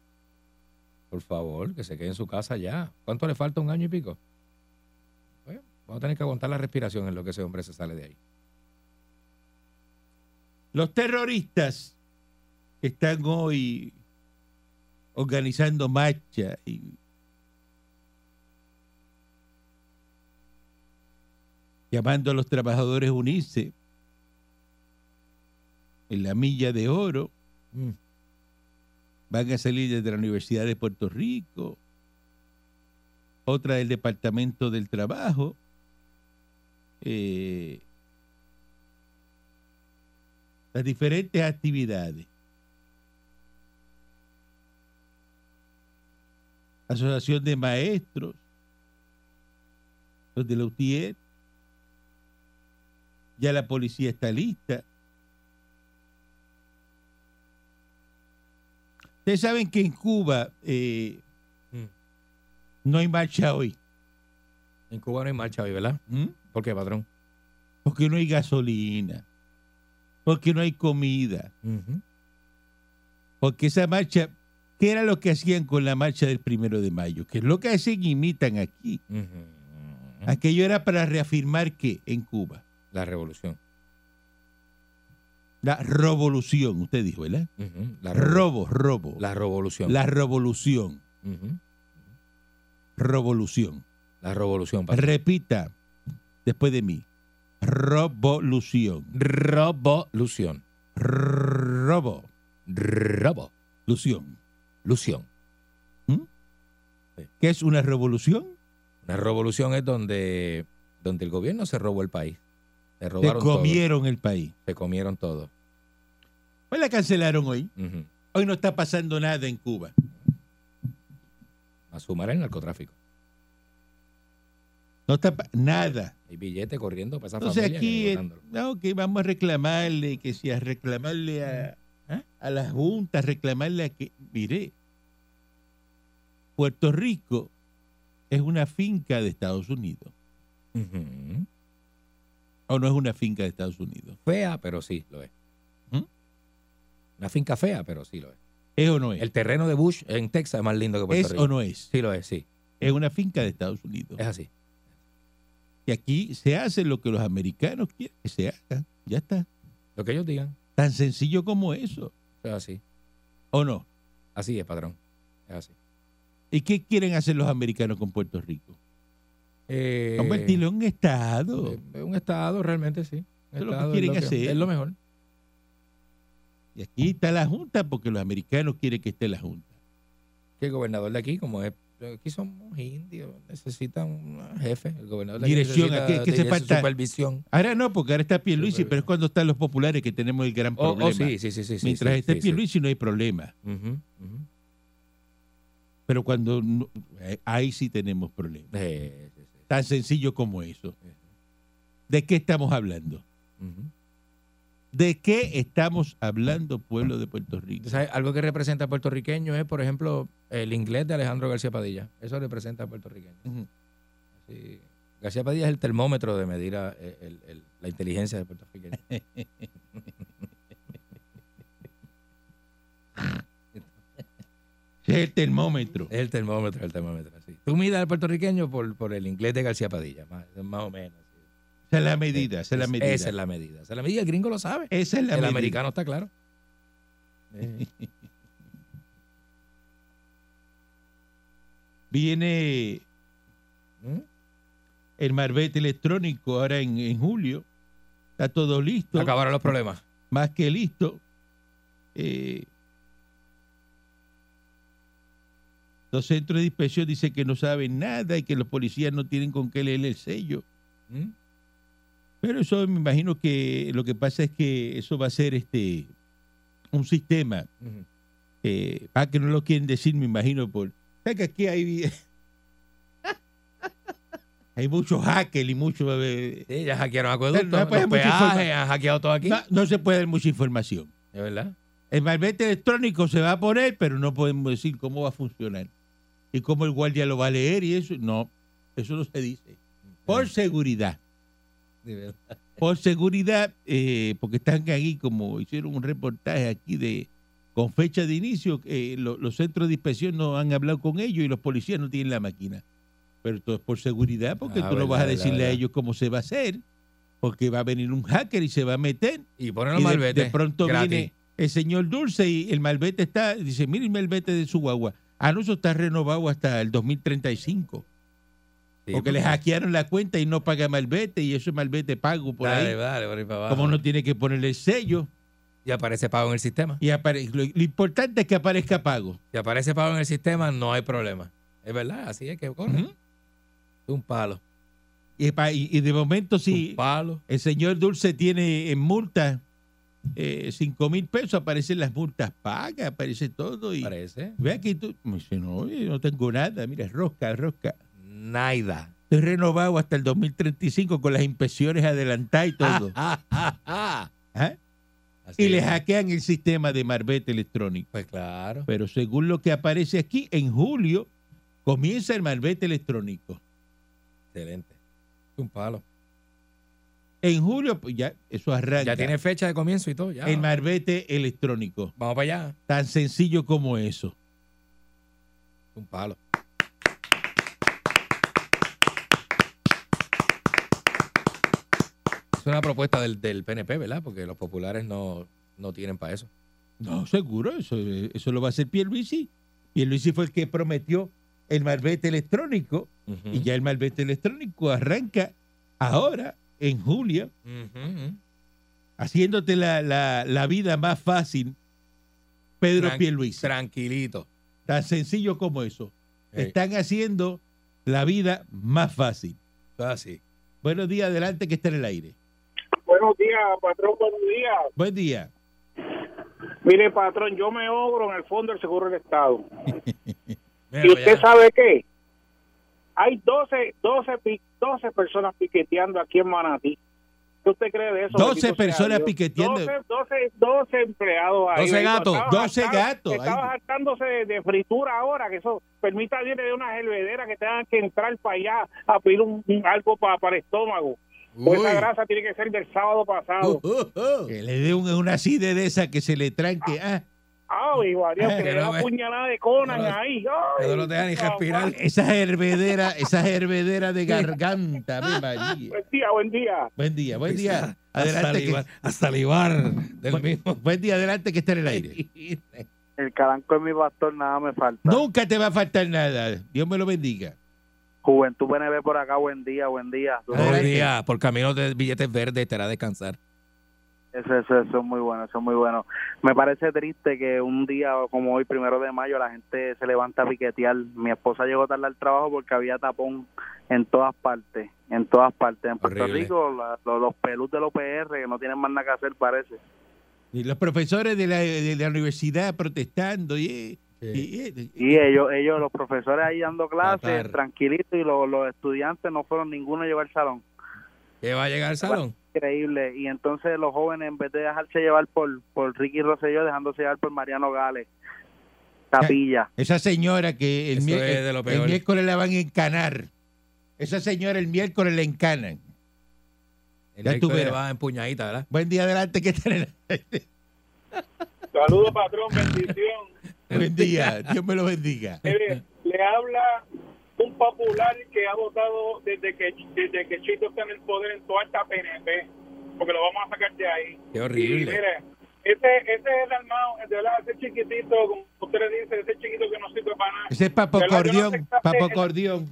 Speaker 4: Por favor, que se quede en su casa ya. ¿Cuánto le falta? ¿Un año y pico? Bueno, vamos a tener que aguantar la respiración en lo que ese hombre se sale de ahí.
Speaker 3: Los terroristas que están hoy organizando marcha y llamando a los trabajadores a unirse en la milla de oro.
Speaker 4: Mm.
Speaker 3: Van a salir desde la Universidad de Puerto Rico, otra del Departamento del Trabajo. eh, las diferentes actividades. Asociación de Maestros, los de la UTIER, E, ya la policía está lista. Ustedes saben que en Cuba eh, no hay marcha hoy,
Speaker 4: En Cuba no hay marcha hoy, ¿verdad?
Speaker 3: ¿m?
Speaker 4: ¿Por qué, patrón?
Speaker 3: porque no hay gasolina, porque no hay comida, porque esa marcha, ¿qué era lo que hacían con la marcha del primero de mayo? Que es lo que hacen y imitan aquí.
Speaker 4: Ujú.
Speaker 3: Aquello era para reafirmar que en Cuba,
Speaker 4: La revolución.
Speaker 3: la revolución, usted dijo, ¿verdad?
Speaker 4: Ujú. La
Speaker 3: Robo,
Speaker 4: revo-
Speaker 3: robo.
Speaker 4: La revolución.
Speaker 3: La revolución.
Speaker 4: Ujú.
Speaker 3: Revolución.
Speaker 4: La revolución, patrón.
Speaker 3: Repita después de mí. Revolución.
Speaker 4: Revolución.
Speaker 3: Robo.
Speaker 4: Revolución.
Speaker 3: Lución. ¿Qué es una revolución?
Speaker 4: Una revolución es donde, donde el gobierno se robó el país. Se
Speaker 3: Te
Speaker 4: robaron
Speaker 3: comieron el país.
Speaker 4: todo. Se comieron todo.
Speaker 3: Pues la cancelaron hoy.
Speaker 4: Ujú.
Speaker 3: Hoy no está pasando nada en Cuba.
Speaker 4: A sumar el narcotráfico.
Speaker 3: No está pa- nada.
Speaker 4: Hay billete corriendo para esa
Speaker 3: Entonces
Speaker 4: familia.
Speaker 3: aquí,
Speaker 4: que
Speaker 3: eh,
Speaker 4: votándolo.
Speaker 3: no, que vamos a reclamarle, que si a reclamarle a,
Speaker 4: Mm. ¿Eh?
Speaker 3: a las juntas, reclamarle a que, mire, Puerto Rico es una finca de Estados Unidos,
Speaker 4: Ujú.
Speaker 3: o no es una finca de Estados Unidos,
Speaker 4: Fea, pero sí lo es.
Speaker 3: ¿Mm?
Speaker 4: Una finca fea, pero sí lo es.
Speaker 3: es o no es,
Speaker 4: El terreno de Bush en Texas es más lindo que Puerto
Speaker 3: es
Speaker 4: Rico.
Speaker 3: o no es,
Speaker 4: Sí lo es, sí.
Speaker 3: es una finca de Estados Unidos.
Speaker 4: Es así.
Speaker 3: Y aquí se hace lo que los americanos quieren que se haga, ya está,
Speaker 4: Lo que ellos digan,
Speaker 3: tan sencillo como eso,
Speaker 4: es así.
Speaker 3: o no.
Speaker 4: Así es, patrón. Es así.
Speaker 3: ¿Y qué quieren hacer los americanos con Puerto Rico?
Speaker 4: Eh,
Speaker 3: Convertirlo en un estado.
Speaker 4: eh, un estado realmente, sí. Un
Speaker 3: es lo que
Speaker 4: estado
Speaker 3: quieren
Speaker 4: es lo
Speaker 3: hacer.
Speaker 4: es lo mejor.
Speaker 3: Y aquí está la Junta porque los americanos quieren que esté la Junta.
Speaker 4: Que el gobernador de aquí, como es, aquí somos indios, necesitan un jefe. El gobernador de
Speaker 3: Dirección, aquí
Speaker 4: aquí
Speaker 3: es
Speaker 4: necesita
Speaker 3: que se
Speaker 4: de- de
Speaker 3: falta-
Speaker 4: supervisión.
Speaker 3: Ahora no, porque ahora está Pierluisi,
Speaker 4: Sí, pero-
Speaker 3: pero es cuando están los populares que tenemos el gran
Speaker 4: Oh,
Speaker 3: problema.
Speaker 4: oh, sí, sí, sí, sí. sí,
Speaker 3: Mientras
Speaker 4: sí,
Speaker 3: esté
Speaker 4: sí, sí.
Speaker 3: Pierluisi no hay problema.
Speaker 4: Ujú, ujú.
Speaker 3: Pero cuando no- eh, ahí sí tenemos problemas.
Speaker 4: Eh, sí, sí,
Speaker 3: Tan sencillo como eso.
Speaker 4: Ujú.
Speaker 3: ¿De qué estamos hablando?
Speaker 4: ujú.
Speaker 3: ¿De qué estamos hablando, pueblo de Puerto Rico?
Speaker 4: ¿Sabes? Algo que representa a puertorriqueño es, por ejemplo, el inglés de Alejandro García Padilla. Eso representa a puertorriqueño.
Speaker 3: Ujú.
Speaker 4: Sí. García Padilla es el termómetro de medir a- eh, el- el- la inteligencia de puertorriqueño.
Speaker 3: Es el termómetro.
Speaker 4: Es el termómetro, el termómetro. sí. Tú miras al puertorriqueño por, por el inglés de García Padilla, más, más o menos. sí.
Speaker 3: Esa es la medida, esa es la
Speaker 4: Es-
Speaker 3: medida.
Speaker 4: Esa es la medida. Esa es la medida. El gringo lo sabe.
Speaker 3: Esa es la
Speaker 4: el
Speaker 3: medida.
Speaker 4: americano está claro.
Speaker 3: Viene
Speaker 4: ¿Mm?
Speaker 3: el marbete electrónico ahora en, en julio. Está todo listo.
Speaker 4: Acabaron los problemas.
Speaker 3: más que listo. Eh, los centros de inspección dicen que no saben nada y que los policías no tienen con qué leer el sello.
Speaker 4: ¿Mm?
Speaker 3: Pero eso me imagino que lo que pasa es que eso va a ser este un sistema.
Speaker 4: Ujú.
Speaker 3: Eh, ah, que no lo quieren decir, me imagino, por... ¿Sabes que aquí hay... (laughs) hay muchos hackers y muchos... eh,
Speaker 4: Sí, ya
Speaker 3: Pero
Speaker 4: hackearon
Speaker 3: no
Speaker 4: acueductos,
Speaker 3: hay, pues,
Speaker 4: los
Speaker 3: mucha
Speaker 4: peajes,
Speaker 3: informa-
Speaker 4: han hackeado todo aquí.
Speaker 3: no- no se puede dar mucha información.
Speaker 4: ¿De verdad?
Speaker 3: El malvete electrónico se va a poner, pero no podemos decir cómo va a funcionar y cómo el guardia lo va a
Speaker 4: Ah.
Speaker 3: leer y eso. No, eso no se dice. Por seguridad.
Speaker 4: De verdad.
Speaker 3: Por seguridad, eh, porque están aquí, como hicieron un reportaje aquí de con fecha de inicio, eh, lo- los centros de inspección no han hablado con ellos y los policías no tienen la máquina. Pero esto es por seguridad, porque
Speaker 4: Ah,
Speaker 3: tú no vas a
Speaker 4: verdad, verdad,
Speaker 3: decirle a
Speaker 4: verdad.
Speaker 3: ellos cómo se va a hacer, porque va a venir un hacker y se va a meter
Speaker 4: Y ponen
Speaker 3: y
Speaker 4: los
Speaker 3: de-
Speaker 4: malvete.
Speaker 3: De, pronto
Speaker 4: gratis.
Speaker 3: viene el señor Dulce y el malvete está, dice, mire el malvete de su guagua. Ah, no, eso está renovado hasta el 2035.
Speaker 4: Sí,
Speaker 3: porque le hackearon la cuenta y no paga malvete y eso es malvete pago por
Speaker 4: dale,
Speaker 3: ahí.
Speaker 4: dale, por ahí para abajo.
Speaker 3: Como no tiene que ponerle sello.
Speaker 4: Y aparece pago en el sistema.
Speaker 3: y apare- lo, lo importante es que aparezca pago.
Speaker 4: Si aparece pago en el sistema, no hay problema. Es verdad, así es que corre.
Speaker 3: Ujú.
Speaker 4: Un palo.
Speaker 3: Y, pa- y- y de momento
Speaker 4: Un
Speaker 3: si
Speaker 4: palo.
Speaker 3: el señor Dulce tiene en multa eh, 5 mil pesos, aparecen las multas pagas, aparece todo. Y
Speaker 4: Parece.
Speaker 3: ve aquí tú, me dice, no, yo no tengo nada, mira, es rosca, es rosca.
Speaker 4: Naida.
Speaker 3: Estoy renovado hasta el 2035 con las inspecciones adelantadas y todo.
Speaker 4: Ah, ah, ah.
Speaker 3: (laughs) Ajá.
Speaker 4: Así
Speaker 3: ¿Eh? Y le
Speaker 4: es.
Speaker 3: hackean el sistema de Marbete electrónico.
Speaker 4: Pues claro.
Speaker 3: Pero según lo que aparece aquí, en julio comienza el Marbete electrónico.
Speaker 4: Excelente. Un palo.
Speaker 3: En julio, pues ya, eso arranca.
Speaker 4: Ya tiene fecha de comienzo y todo. Ya.
Speaker 3: el Marbete electrónico.
Speaker 4: Vamos para allá.
Speaker 3: Tan sencillo como eso.
Speaker 4: Un palo. Es una propuesta del, del PNP, ¿verdad? Porque los populares no, no tienen para eso.
Speaker 3: No, seguro, eso, eh, eso lo va a hacer Pierluisi. Pierluisi fue el que prometió el Marbete electrónico y ya el Marbete electrónico arranca ahora, en julio.
Speaker 4: Ujú.
Speaker 3: haciéndote la, la- la vida más fácil, Pedro
Speaker 4: Tran-
Speaker 3: Pierluisi.
Speaker 4: Tranquilito.
Speaker 3: Tan sencillo como eso. Te
Speaker 4: Ey.
Speaker 3: Están haciendo la vida más fácil.
Speaker 4: Eso es así.
Speaker 3: Buenos días, adelante que está en el aire.
Speaker 8: Buenos días, patrón, buenos días.
Speaker 3: Buen día.
Speaker 8: Mire, patrón, yo me obro en el fondo del Seguro del Estado.
Speaker 4: Mira
Speaker 8: ¿Y
Speaker 4: para
Speaker 8: usted
Speaker 4: allá.
Speaker 8: sabe qué? Hay 12, 12, pi- 12 personas piqueteando aquí en Manatí. ¿Qué usted cree de eso?
Speaker 3: 12
Speaker 8: Bendito sea
Speaker 3: personas
Speaker 8: Dios.
Speaker 3: piqueteando.
Speaker 8: 12, 12, 12 empleados ahí.
Speaker 4: 12 gatos,
Speaker 8: Estaban
Speaker 3: 12
Speaker 8: hartando-
Speaker 3: gatos,
Speaker 8: Estaban
Speaker 3: ahí.
Speaker 8: hartándose de, de fritura ahora, que eso permita viene de unas helvederas que tengan que entrar para allá a pedir un, un- algo pa- para el estómago. Pues esa
Speaker 4: Uy.
Speaker 8: grasa tiene que ser del sábado pasado.
Speaker 4: Uh, uh, uh.
Speaker 3: Que le dé un- una acidez de esa que se le tranque. Ah,
Speaker 8: Ay, María,
Speaker 3: Eh,
Speaker 8: que
Speaker 4: (laughs) que
Speaker 8: le da
Speaker 4: no me-
Speaker 8: puñalada de Conan
Speaker 4: que no-
Speaker 8: ahí.
Speaker 4: que
Speaker 8: Ay,
Speaker 4: no lo deja ni
Speaker 8: papá.
Speaker 4: respirar.
Speaker 3: esas hervederas, esas hervederas de garganta. Ave María.
Speaker 8: Buen día, buen día.
Speaker 3: Buen día, buen día.
Speaker 4: A
Speaker 3: Adelante
Speaker 4: salivar,
Speaker 3: que,
Speaker 4: a salivar del mismo.
Speaker 3: buen día, adelante que está en el aire.
Speaker 8: El calanco es mi pastor, nada me falta.
Speaker 3: Nunca te va a faltar nada. Dios me lo bendiga.
Speaker 8: Juventud BNB por acá, buen día, buen día.
Speaker 4: Buenos días. Por camino de billetes verdes estará a descansar.
Speaker 8: Eso, eso, eso es muy bueno, eso es muy bueno. Me parece triste que un día como hoy, primero de mayo, la gente se levanta a piquetear. Mi esposa llegó tarde al trabajo porque había tapón en todas partes, en todas partes. En Puerto
Speaker 4: Horrible.
Speaker 8: Rico, la- los, los pelus del OPR que no tienen más nada que hacer, parece.
Speaker 3: Y los profesores de la, de la universidad protestando y, y- y-
Speaker 8: Y ellos, ellos, los profesores ahí dando
Speaker 4: Matar.
Speaker 8: clases, tranquilitos, y los, los estudiantes no fueron ninguno llegó al salón.
Speaker 4: ¿Qué va a llegar al salón?
Speaker 8: Increíble. Y entonces los jóvenes, en vez de dejarse llevar por, por Ricky Rosselló, dejándose llevar por Mariano Gales, Capilla.
Speaker 3: esa señora que el,
Speaker 4: Eso
Speaker 3: mier-
Speaker 4: es de lo
Speaker 3: el
Speaker 4: peor.
Speaker 3: miércoles la van a encanar. Esa señora el miércoles la encanan.
Speaker 4: El
Speaker 3: Ya tú
Speaker 4: Héctor le
Speaker 3: verás.
Speaker 4: va en puñadita, ¿verdad?
Speaker 3: Buen día adelante que están en el aire.
Speaker 8: Saludos, patrón, bendición.
Speaker 4: (laughs)
Speaker 3: Buen día, Dios me lo bendiga.
Speaker 8: Mire, le habla un popular que ha votado desde que, desde que Chito está en el poder en toda esta PNP, porque lo vamos a sacar de ahí.
Speaker 4: Qué
Speaker 8: Y
Speaker 4: horrible.
Speaker 8: mire, ese, ese es el armado, de verdad, ese chiquitito, como ustedes dicen, ese chiquito que no sirve para nada.
Speaker 3: Ese es Papo
Speaker 8: Yo no- yo no
Speaker 3: Cordión,
Speaker 8: sé qué hacer.
Speaker 3: Papo Cordión.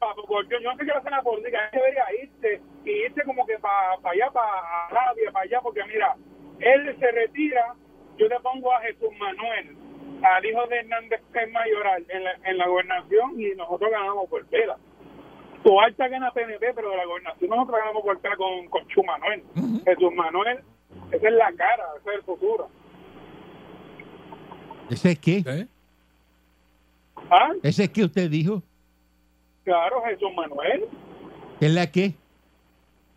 Speaker 8: Papo Cordión, yo no sé qué hacer la política, él debería irse y irse como que para allá, para Arabia, para allá, porque mira, él se retira, yo le pongo a Jesús Manuel, al hijo de Hernández que es mayoral en la, en la gobernación y nosotros ganamos por pela. Toalta gana PNP, pero de la gobernación nosotros ganamos por pela con, con Chu Manuel. Jesús Manuel, esa es la cara, ese es el futuro.
Speaker 3: ¿Ese es qué?
Speaker 4: ¿Eh?
Speaker 8: Ah,
Speaker 3: ¿Ese es qué usted dijo?
Speaker 8: claro, Jesús Manuel,
Speaker 3: ¿Qué es la qué?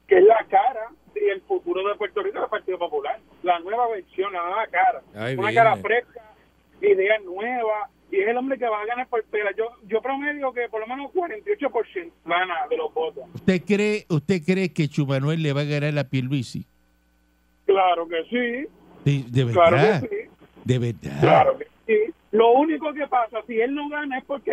Speaker 8: que es la cara y el futuro de Puerto Rico del Partido Popular. La nueva versión, la nueva cara.
Speaker 4: Ahí
Speaker 3: eh.
Speaker 8: Una
Speaker 4: viene.
Speaker 8: cara fresca, ideas nuevas, y es el hombre que va a ganar por pela. Yo, yo promedio que por lo menos 48% gana de los votos.
Speaker 3: ¿Usted cree, usted cree que Chumanuel le va a ganar a Pierluisi?
Speaker 8: Claro que sí,
Speaker 3: De, de verdad.
Speaker 8: claro que sí,
Speaker 3: De verdad.
Speaker 8: claro que sí. Lo único que pasa, si él no gana es porque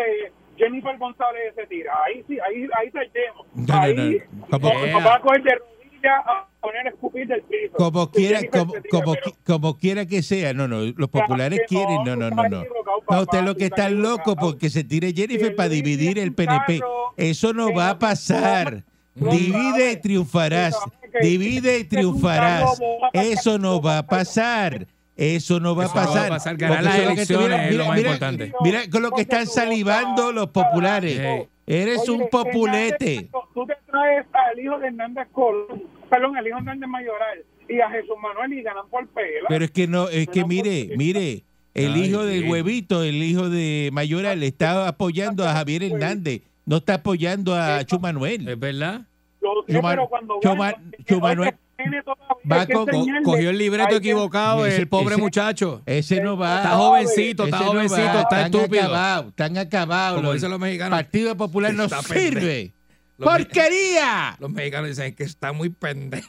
Speaker 8: Jennifer González se tira. Ahí sí, ahí, ahí saltemos.
Speaker 3: No, no,
Speaker 8: ahí
Speaker 3: no. Como-
Speaker 8: o- o va a coger de rodillas a poner a escupir del piso.
Speaker 3: Como quiera,
Speaker 8: Jennifer
Speaker 3: como,
Speaker 8: se tira,
Speaker 3: como,
Speaker 8: pero-
Speaker 3: qui- como quiera que sea, no, no, los
Speaker 8: Claro
Speaker 3: populares
Speaker 8: que no,
Speaker 3: quieren, no,
Speaker 8: tú
Speaker 3: no, no,
Speaker 8: estás
Speaker 3: no.
Speaker 8: equivocado,
Speaker 3: No,
Speaker 8: papá,
Speaker 3: usted lo
Speaker 8: tú
Speaker 3: que
Speaker 8: estás
Speaker 3: está loco
Speaker 8: equivocado.
Speaker 3: porque se tire Jennifer
Speaker 8: Pierluisi
Speaker 3: para dividir
Speaker 8: es
Speaker 3: el
Speaker 8: un
Speaker 3: PNP.
Speaker 8: carro
Speaker 3: Eso no
Speaker 8: que
Speaker 3: va
Speaker 8: no
Speaker 3: a pasar.
Speaker 8: no
Speaker 3: Divide y
Speaker 8: sabe.
Speaker 3: triunfarás.
Speaker 8: No sabe que-
Speaker 3: Divide y
Speaker 8: que es un carro
Speaker 3: triunfarás.
Speaker 8: bobo, va a pasar,
Speaker 3: Eso no
Speaker 8: no
Speaker 3: va
Speaker 8: va
Speaker 3: a
Speaker 8: a
Speaker 3: pasar. Eso no va a
Speaker 4: Eso no va a
Speaker 3: pasar.
Speaker 4: pasar. Ganar
Speaker 3: Porque
Speaker 4: las
Speaker 3: eso es lo que
Speaker 4: elecciones
Speaker 3: tuvieron-
Speaker 4: es lo
Speaker 3: mira,
Speaker 4: más
Speaker 3: mira,
Speaker 4: importante.
Speaker 3: Mira con lo que
Speaker 8: Porque
Speaker 3: están
Speaker 8: tú
Speaker 3: salivando
Speaker 8: votas,
Speaker 3: los populares.
Speaker 4: Ey.
Speaker 3: Eres
Speaker 8: Oye,
Speaker 3: un
Speaker 8: Hernández,
Speaker 3: populete.
Speaker 8: Tú te traes al hijo de Hernández Colón, perdón, al hijo de Hernández Mayoral y a Jesús Manuel y ganan por pela.
Speaker 3: Pero es que no, es que
Speaker 8: Pero
Speaker 3: mire,
Speaker 8: porque-
Speaker 3: mire, el
Speaker 4: Ay,
Speaker 3: hijo de
Speaker 4: bien.
Speaker 3: Huevito, el hijo de Mayoral, está apoyando a Javier Hernández, no está apoyando a Chumanuel.
Speaker 4: ¿Es verdad?
Speaker 8: Yo sé,
Speaker 3: Chuma-
Speaker 8: pero cuando
Speaker 3: Chuma-
Speaker 8: gana,
Speaker 3: Chumanuel-
Speaker 8: tiene todavía
Speaker 3: va
Speaker 8: que
Speaker 3: con-
Speaker 4: Co-
Speaker 8: enseñarle-
Speaker 4: cogió el libreto
Speaker 8: hay que-
Speaker 4: equivocado
Speaker 3: Ese-
Speaker 4: el pobre
Speaker 3: ese-
Speaker 4: muchacho.
Speaker 3: Ese no va.
Speaker 4: Está jovencito,
Speaker 3: Ese
Speaker 4: está
Speaker 3: no va,
Speaker 4: jovencito, está
Speaker 3: están
Speaker 4: estúpido.
Speaker 3: acabados, están acabados.
Speaker 4: Como
Speaker 3: Los-
Speaker 4: dicen los
Speaker 3: El
Speaker 4: mexicanos,
Speaker 3: Partido Popular no
Speaker 4: Está
Speaker 3: sirve.
Speaker 4: Los-
Speaker 3: ¡Porquería!
Speaker 4: los mexicanos dicen "Es que está muy pendejo.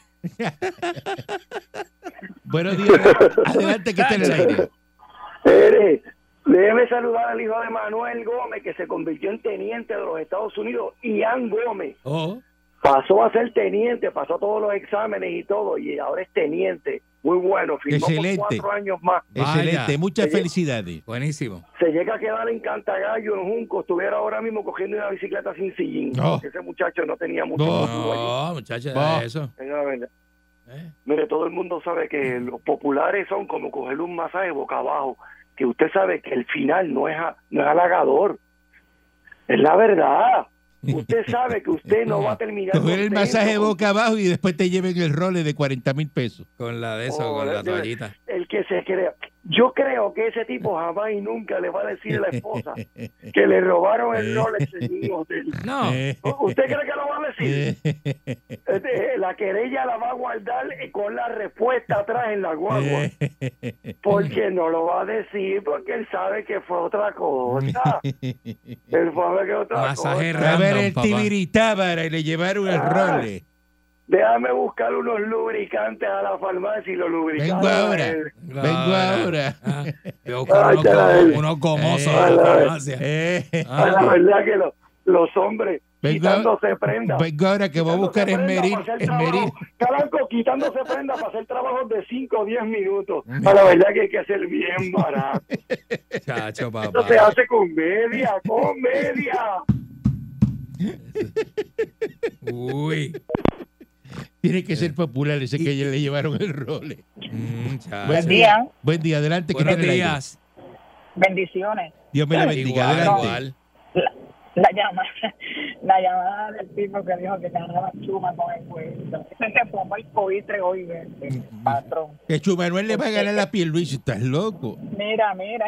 Speaker 3: Buenos
Speaker 4: (laughs)
Speaker 3: días. Adelante que esté en el aire.
Speaker 9: Eres, déjeme saludar al hijo de Manuel Gómez, que se convirtió en teniente de los Estados Unidos, Ian Gómez.
Speaker 4: Oh,
Speaker 9: Pasó a ser teniente, pasó todos los exámenes y todo, y ahora es teniente. Muy bueno, firmó por
Speaker 3: Excelente.
Speaker 9: cuatro años más.
Speaker 4: Vaya.
Speaker 3: Excelente, muchas
Speaker 9: Oye.
Speaker 3: felicidades.
Speaker 4: buenísimo.
Speaker 9: Se llega a quedar en Cantagallo, en Junco, estuviera ahora mismo cogiendo una bicicleta sin sillín.
Speaker 3: No.
Speaker 9: Ese muchacho no tenía mucho
Speaker 8: Oh,
Speaker 3: No.
Speaker 9: futuro allí.
Speaker 4: No, muchacha,
Speaker 3: Va.
Speaker 4: eso.
Speaker 9: Es la verdad.
Speaker 4: eh.
Speaker 9: Mire, todo el mundo sabe que los populares son como coger un masaje boca abajo, que usted sabe que el final no es, a- no es halagador. Es la verdad. Usted sabe que usted no va a terminar.
Speaker 3: Coger el
Speaker 9: contento.
Speaker 3: masaje boca abajo y después te lleven el role de 40 mil pesos.
Speaker 4: Con la de eso,
Speaker 9: Oh,
Speaker 4: con la
Speaker 9: de- de-
Speaker 4: toallita.
Speaker 9: El que se crea. Yo creo que ese tipo jamás y nunca le va a decir a la
Speaker 3: (laughs)
Speaker 9: esposa que le robaron el Rolex en un hotel.
Speaker 4: No,
Speaker 9: ¿No? ¿Usted cree que lo va a
Speaker 3: Eh.
Speaker 9: decir?
Speaker 3: (laughs)
Speaker 9: Este, La querella la va a guardar con la respuesta atrás en la guagua.
Speaker 4: Eh,
Speaker 9: Porque no lo va a decir, porque él sabe que fue otra cosa.
Speaker 3: (laughs)
Speaker 9: él sabe que otra
Speaker 4: Masaje
Speaker 9: cosa.
Speaker 3: A ver,
Speaker 4: Random,
Speaker 3: el
Speaker 4: papá.
Speaker 3: tibiritábara y le llevaron el
Speaker 9: Ah.
Speaker 3: role.
Speaker 9: Déjame buscar unos lubricantes a la farmacia y los lubricantes.
Speaker 3: Vengo ahora.
Speaker 9: eh,
Speaker 4: no,
Speaker 3: Vengo
Speaker 4: no.
Speaker 3: ahora.
Speaker 4: Ah, voy a buscar
Speaker 9: Ay,
Speaker 4: unos
Speaker 9: te la
Speaker 4: go-
Speaker 9: debí.
Speaker 4: unos gomosos
Speaker 3: Eh,
Speaker 4: de
Speaker 9: ay,
Speaker 4: la
Speaker 9: la debí.
Speaker 4: farmacia.
Speaker 3: Eh,
Speaker 4: Ah.
Speaker 9: la verdad que lo- los hombres
Speaker 3: Vengo-
Speaker 9: quitándose prendas.
Speaker 3: Vengo pues, ahora que voy a buscar
Speaker 9: quitándose
Speaker 3: esmeril.
Speaker 9: prendas para hacer
Speaker 3: esmeril.
Speaker 9: trabajo. Calanco, quitándose prendas para hacer trabajos de 5 o
Speaker 3: (laughs)
Speaker 9: 10 minutos. A la verdad que hay que hacer bien barato.
Speaker 4: Chacho,
Speaker 9: Eso se
Speaker 4: papá.
Speaker 9: hace con media, con media.
Speaker 4: Uy.
Speaker 3: Tiene que
Speaker 4: Eh.
Speaker 3: ser popular ese que ya le llevaron el role.
Speaker 4: Mm, chacho.
Speaker 3: Buen día. Buen día, adelante. que
Speaker 4: Buenos
Speaker 3: está en el aire.
Speaker 4: días.
Speaker 10: Bendiciones.
Speaker 3: Dios me la bendiga.
Speaker 4: Igual,
Speaker 3: adelante.
Speaker 4: igual.
Speaker 10: La llamada, la llamada del tipo que dijo que ganaba chuma con el cuento. Ese se fumó el coitre hoy, verde, patrón.
Speaker 3: Que Chumanuel le va a ganar la piel, Luis. Estás loco.
Speaker 10: Mira, mira.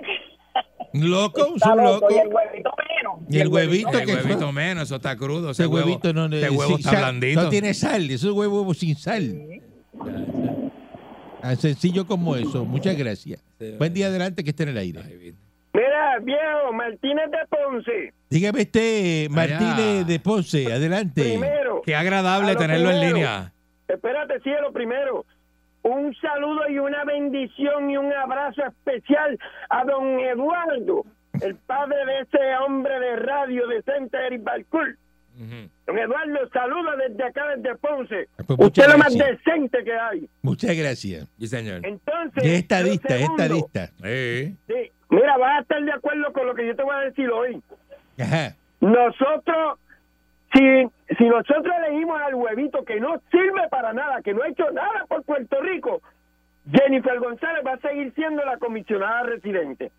Speaker 3: Loco,
Speaker 10: Está
Speaker 3: son
Speaker 10: loco. Y el
Speaker 3: locos.
Speaker 10: huevito menos.
Speaker 3: Y el huevito
Speaker 4: El
Speaker 3: que
Speaker 4: huevito menos, eso está crudo. Ese
Speaker 3: Ese
Speaker 4: huevo-
Speaker 3: huevito no,
Speaker 4: ese huevo
Speaker 3: sin
Speaker 4: está
Speaker 3: sal.
Speaker 4: blandito.
Speaker 3: No tiene sal. Ese huevo huevo sin sal. Tan sencillo como eso. Muchas gracias. Buen día, adelante, que esté en el aire.
Speaker 4: Ay, bien.
Speaker 9: Mira, viejo, Martínez de Ponce,
Speaker 3: Dígame este Martínez de Ponce, adelante.
Speaker 9: primero.
Speaker 4: Qué agradable
Speaker 9: A lo
Speaker 4: tenerlo en
Speaker 9: primero.
Speaker 4: línea.
Speaker 9: Espérate, cielo, primero. Un saludo y una bendición y un abrazo especial a don Eduardo, el padre de ese hombre de radio decente, Eric Balcourt.
Speaker 4: Ujú.
Speaker 9: Don Eduardo, saluda desde acá, desde Ponce.
Speaker 3: Pues
Speaker 9: Usted
Speaker 3: muchas
Speaker 9: es lo más
Speaker 3: gracias.
Speaker 9: decente que hay.
Speaker 3: Muchas gracias.
Speaker 4: Sí, señor.
Speaker 9: Entonces,
Speaker 3: Y es estadista,
Speaker 9: lo
Speaker 3: es
Speaker 9: segundo,
Speaker 3: estadista.
Speaker 4: Sí.
Speaker 9: sí, mira, vas a estar de acuerdo con lo que yo te voy a decir hoy.
Speaker 3: Ajá.
Speaker 9: Nosotros, si, si nosotros elegimos al huevito que no sirve para nada, que no ha hecho nada por Puerto Rico, Jennifer González va a seguir siendo la comisionada residente.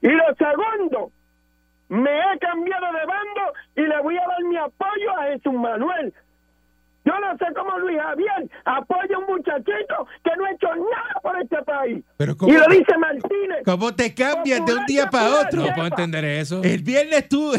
Speaker 9: Y lo segundo, me he cambiado de bando y le voy a dar mi apoyo a Jesús Manuel. Yo no sé cómo Luis Javier apoya a un muchachito que no ha hecho nada por este país.
Speaker 3: Pero ¿cómo,
Speaker 9: Y lo dice Martínez.
Speaker 3: cómo te cambias de un día para
Speaker 9: Popular,
Speaker 3: otro?
Speaker 4: No puedo
Speaker 3: (laughs)
Speaker 4: entender eso.
Speaker 3: El viernes tú,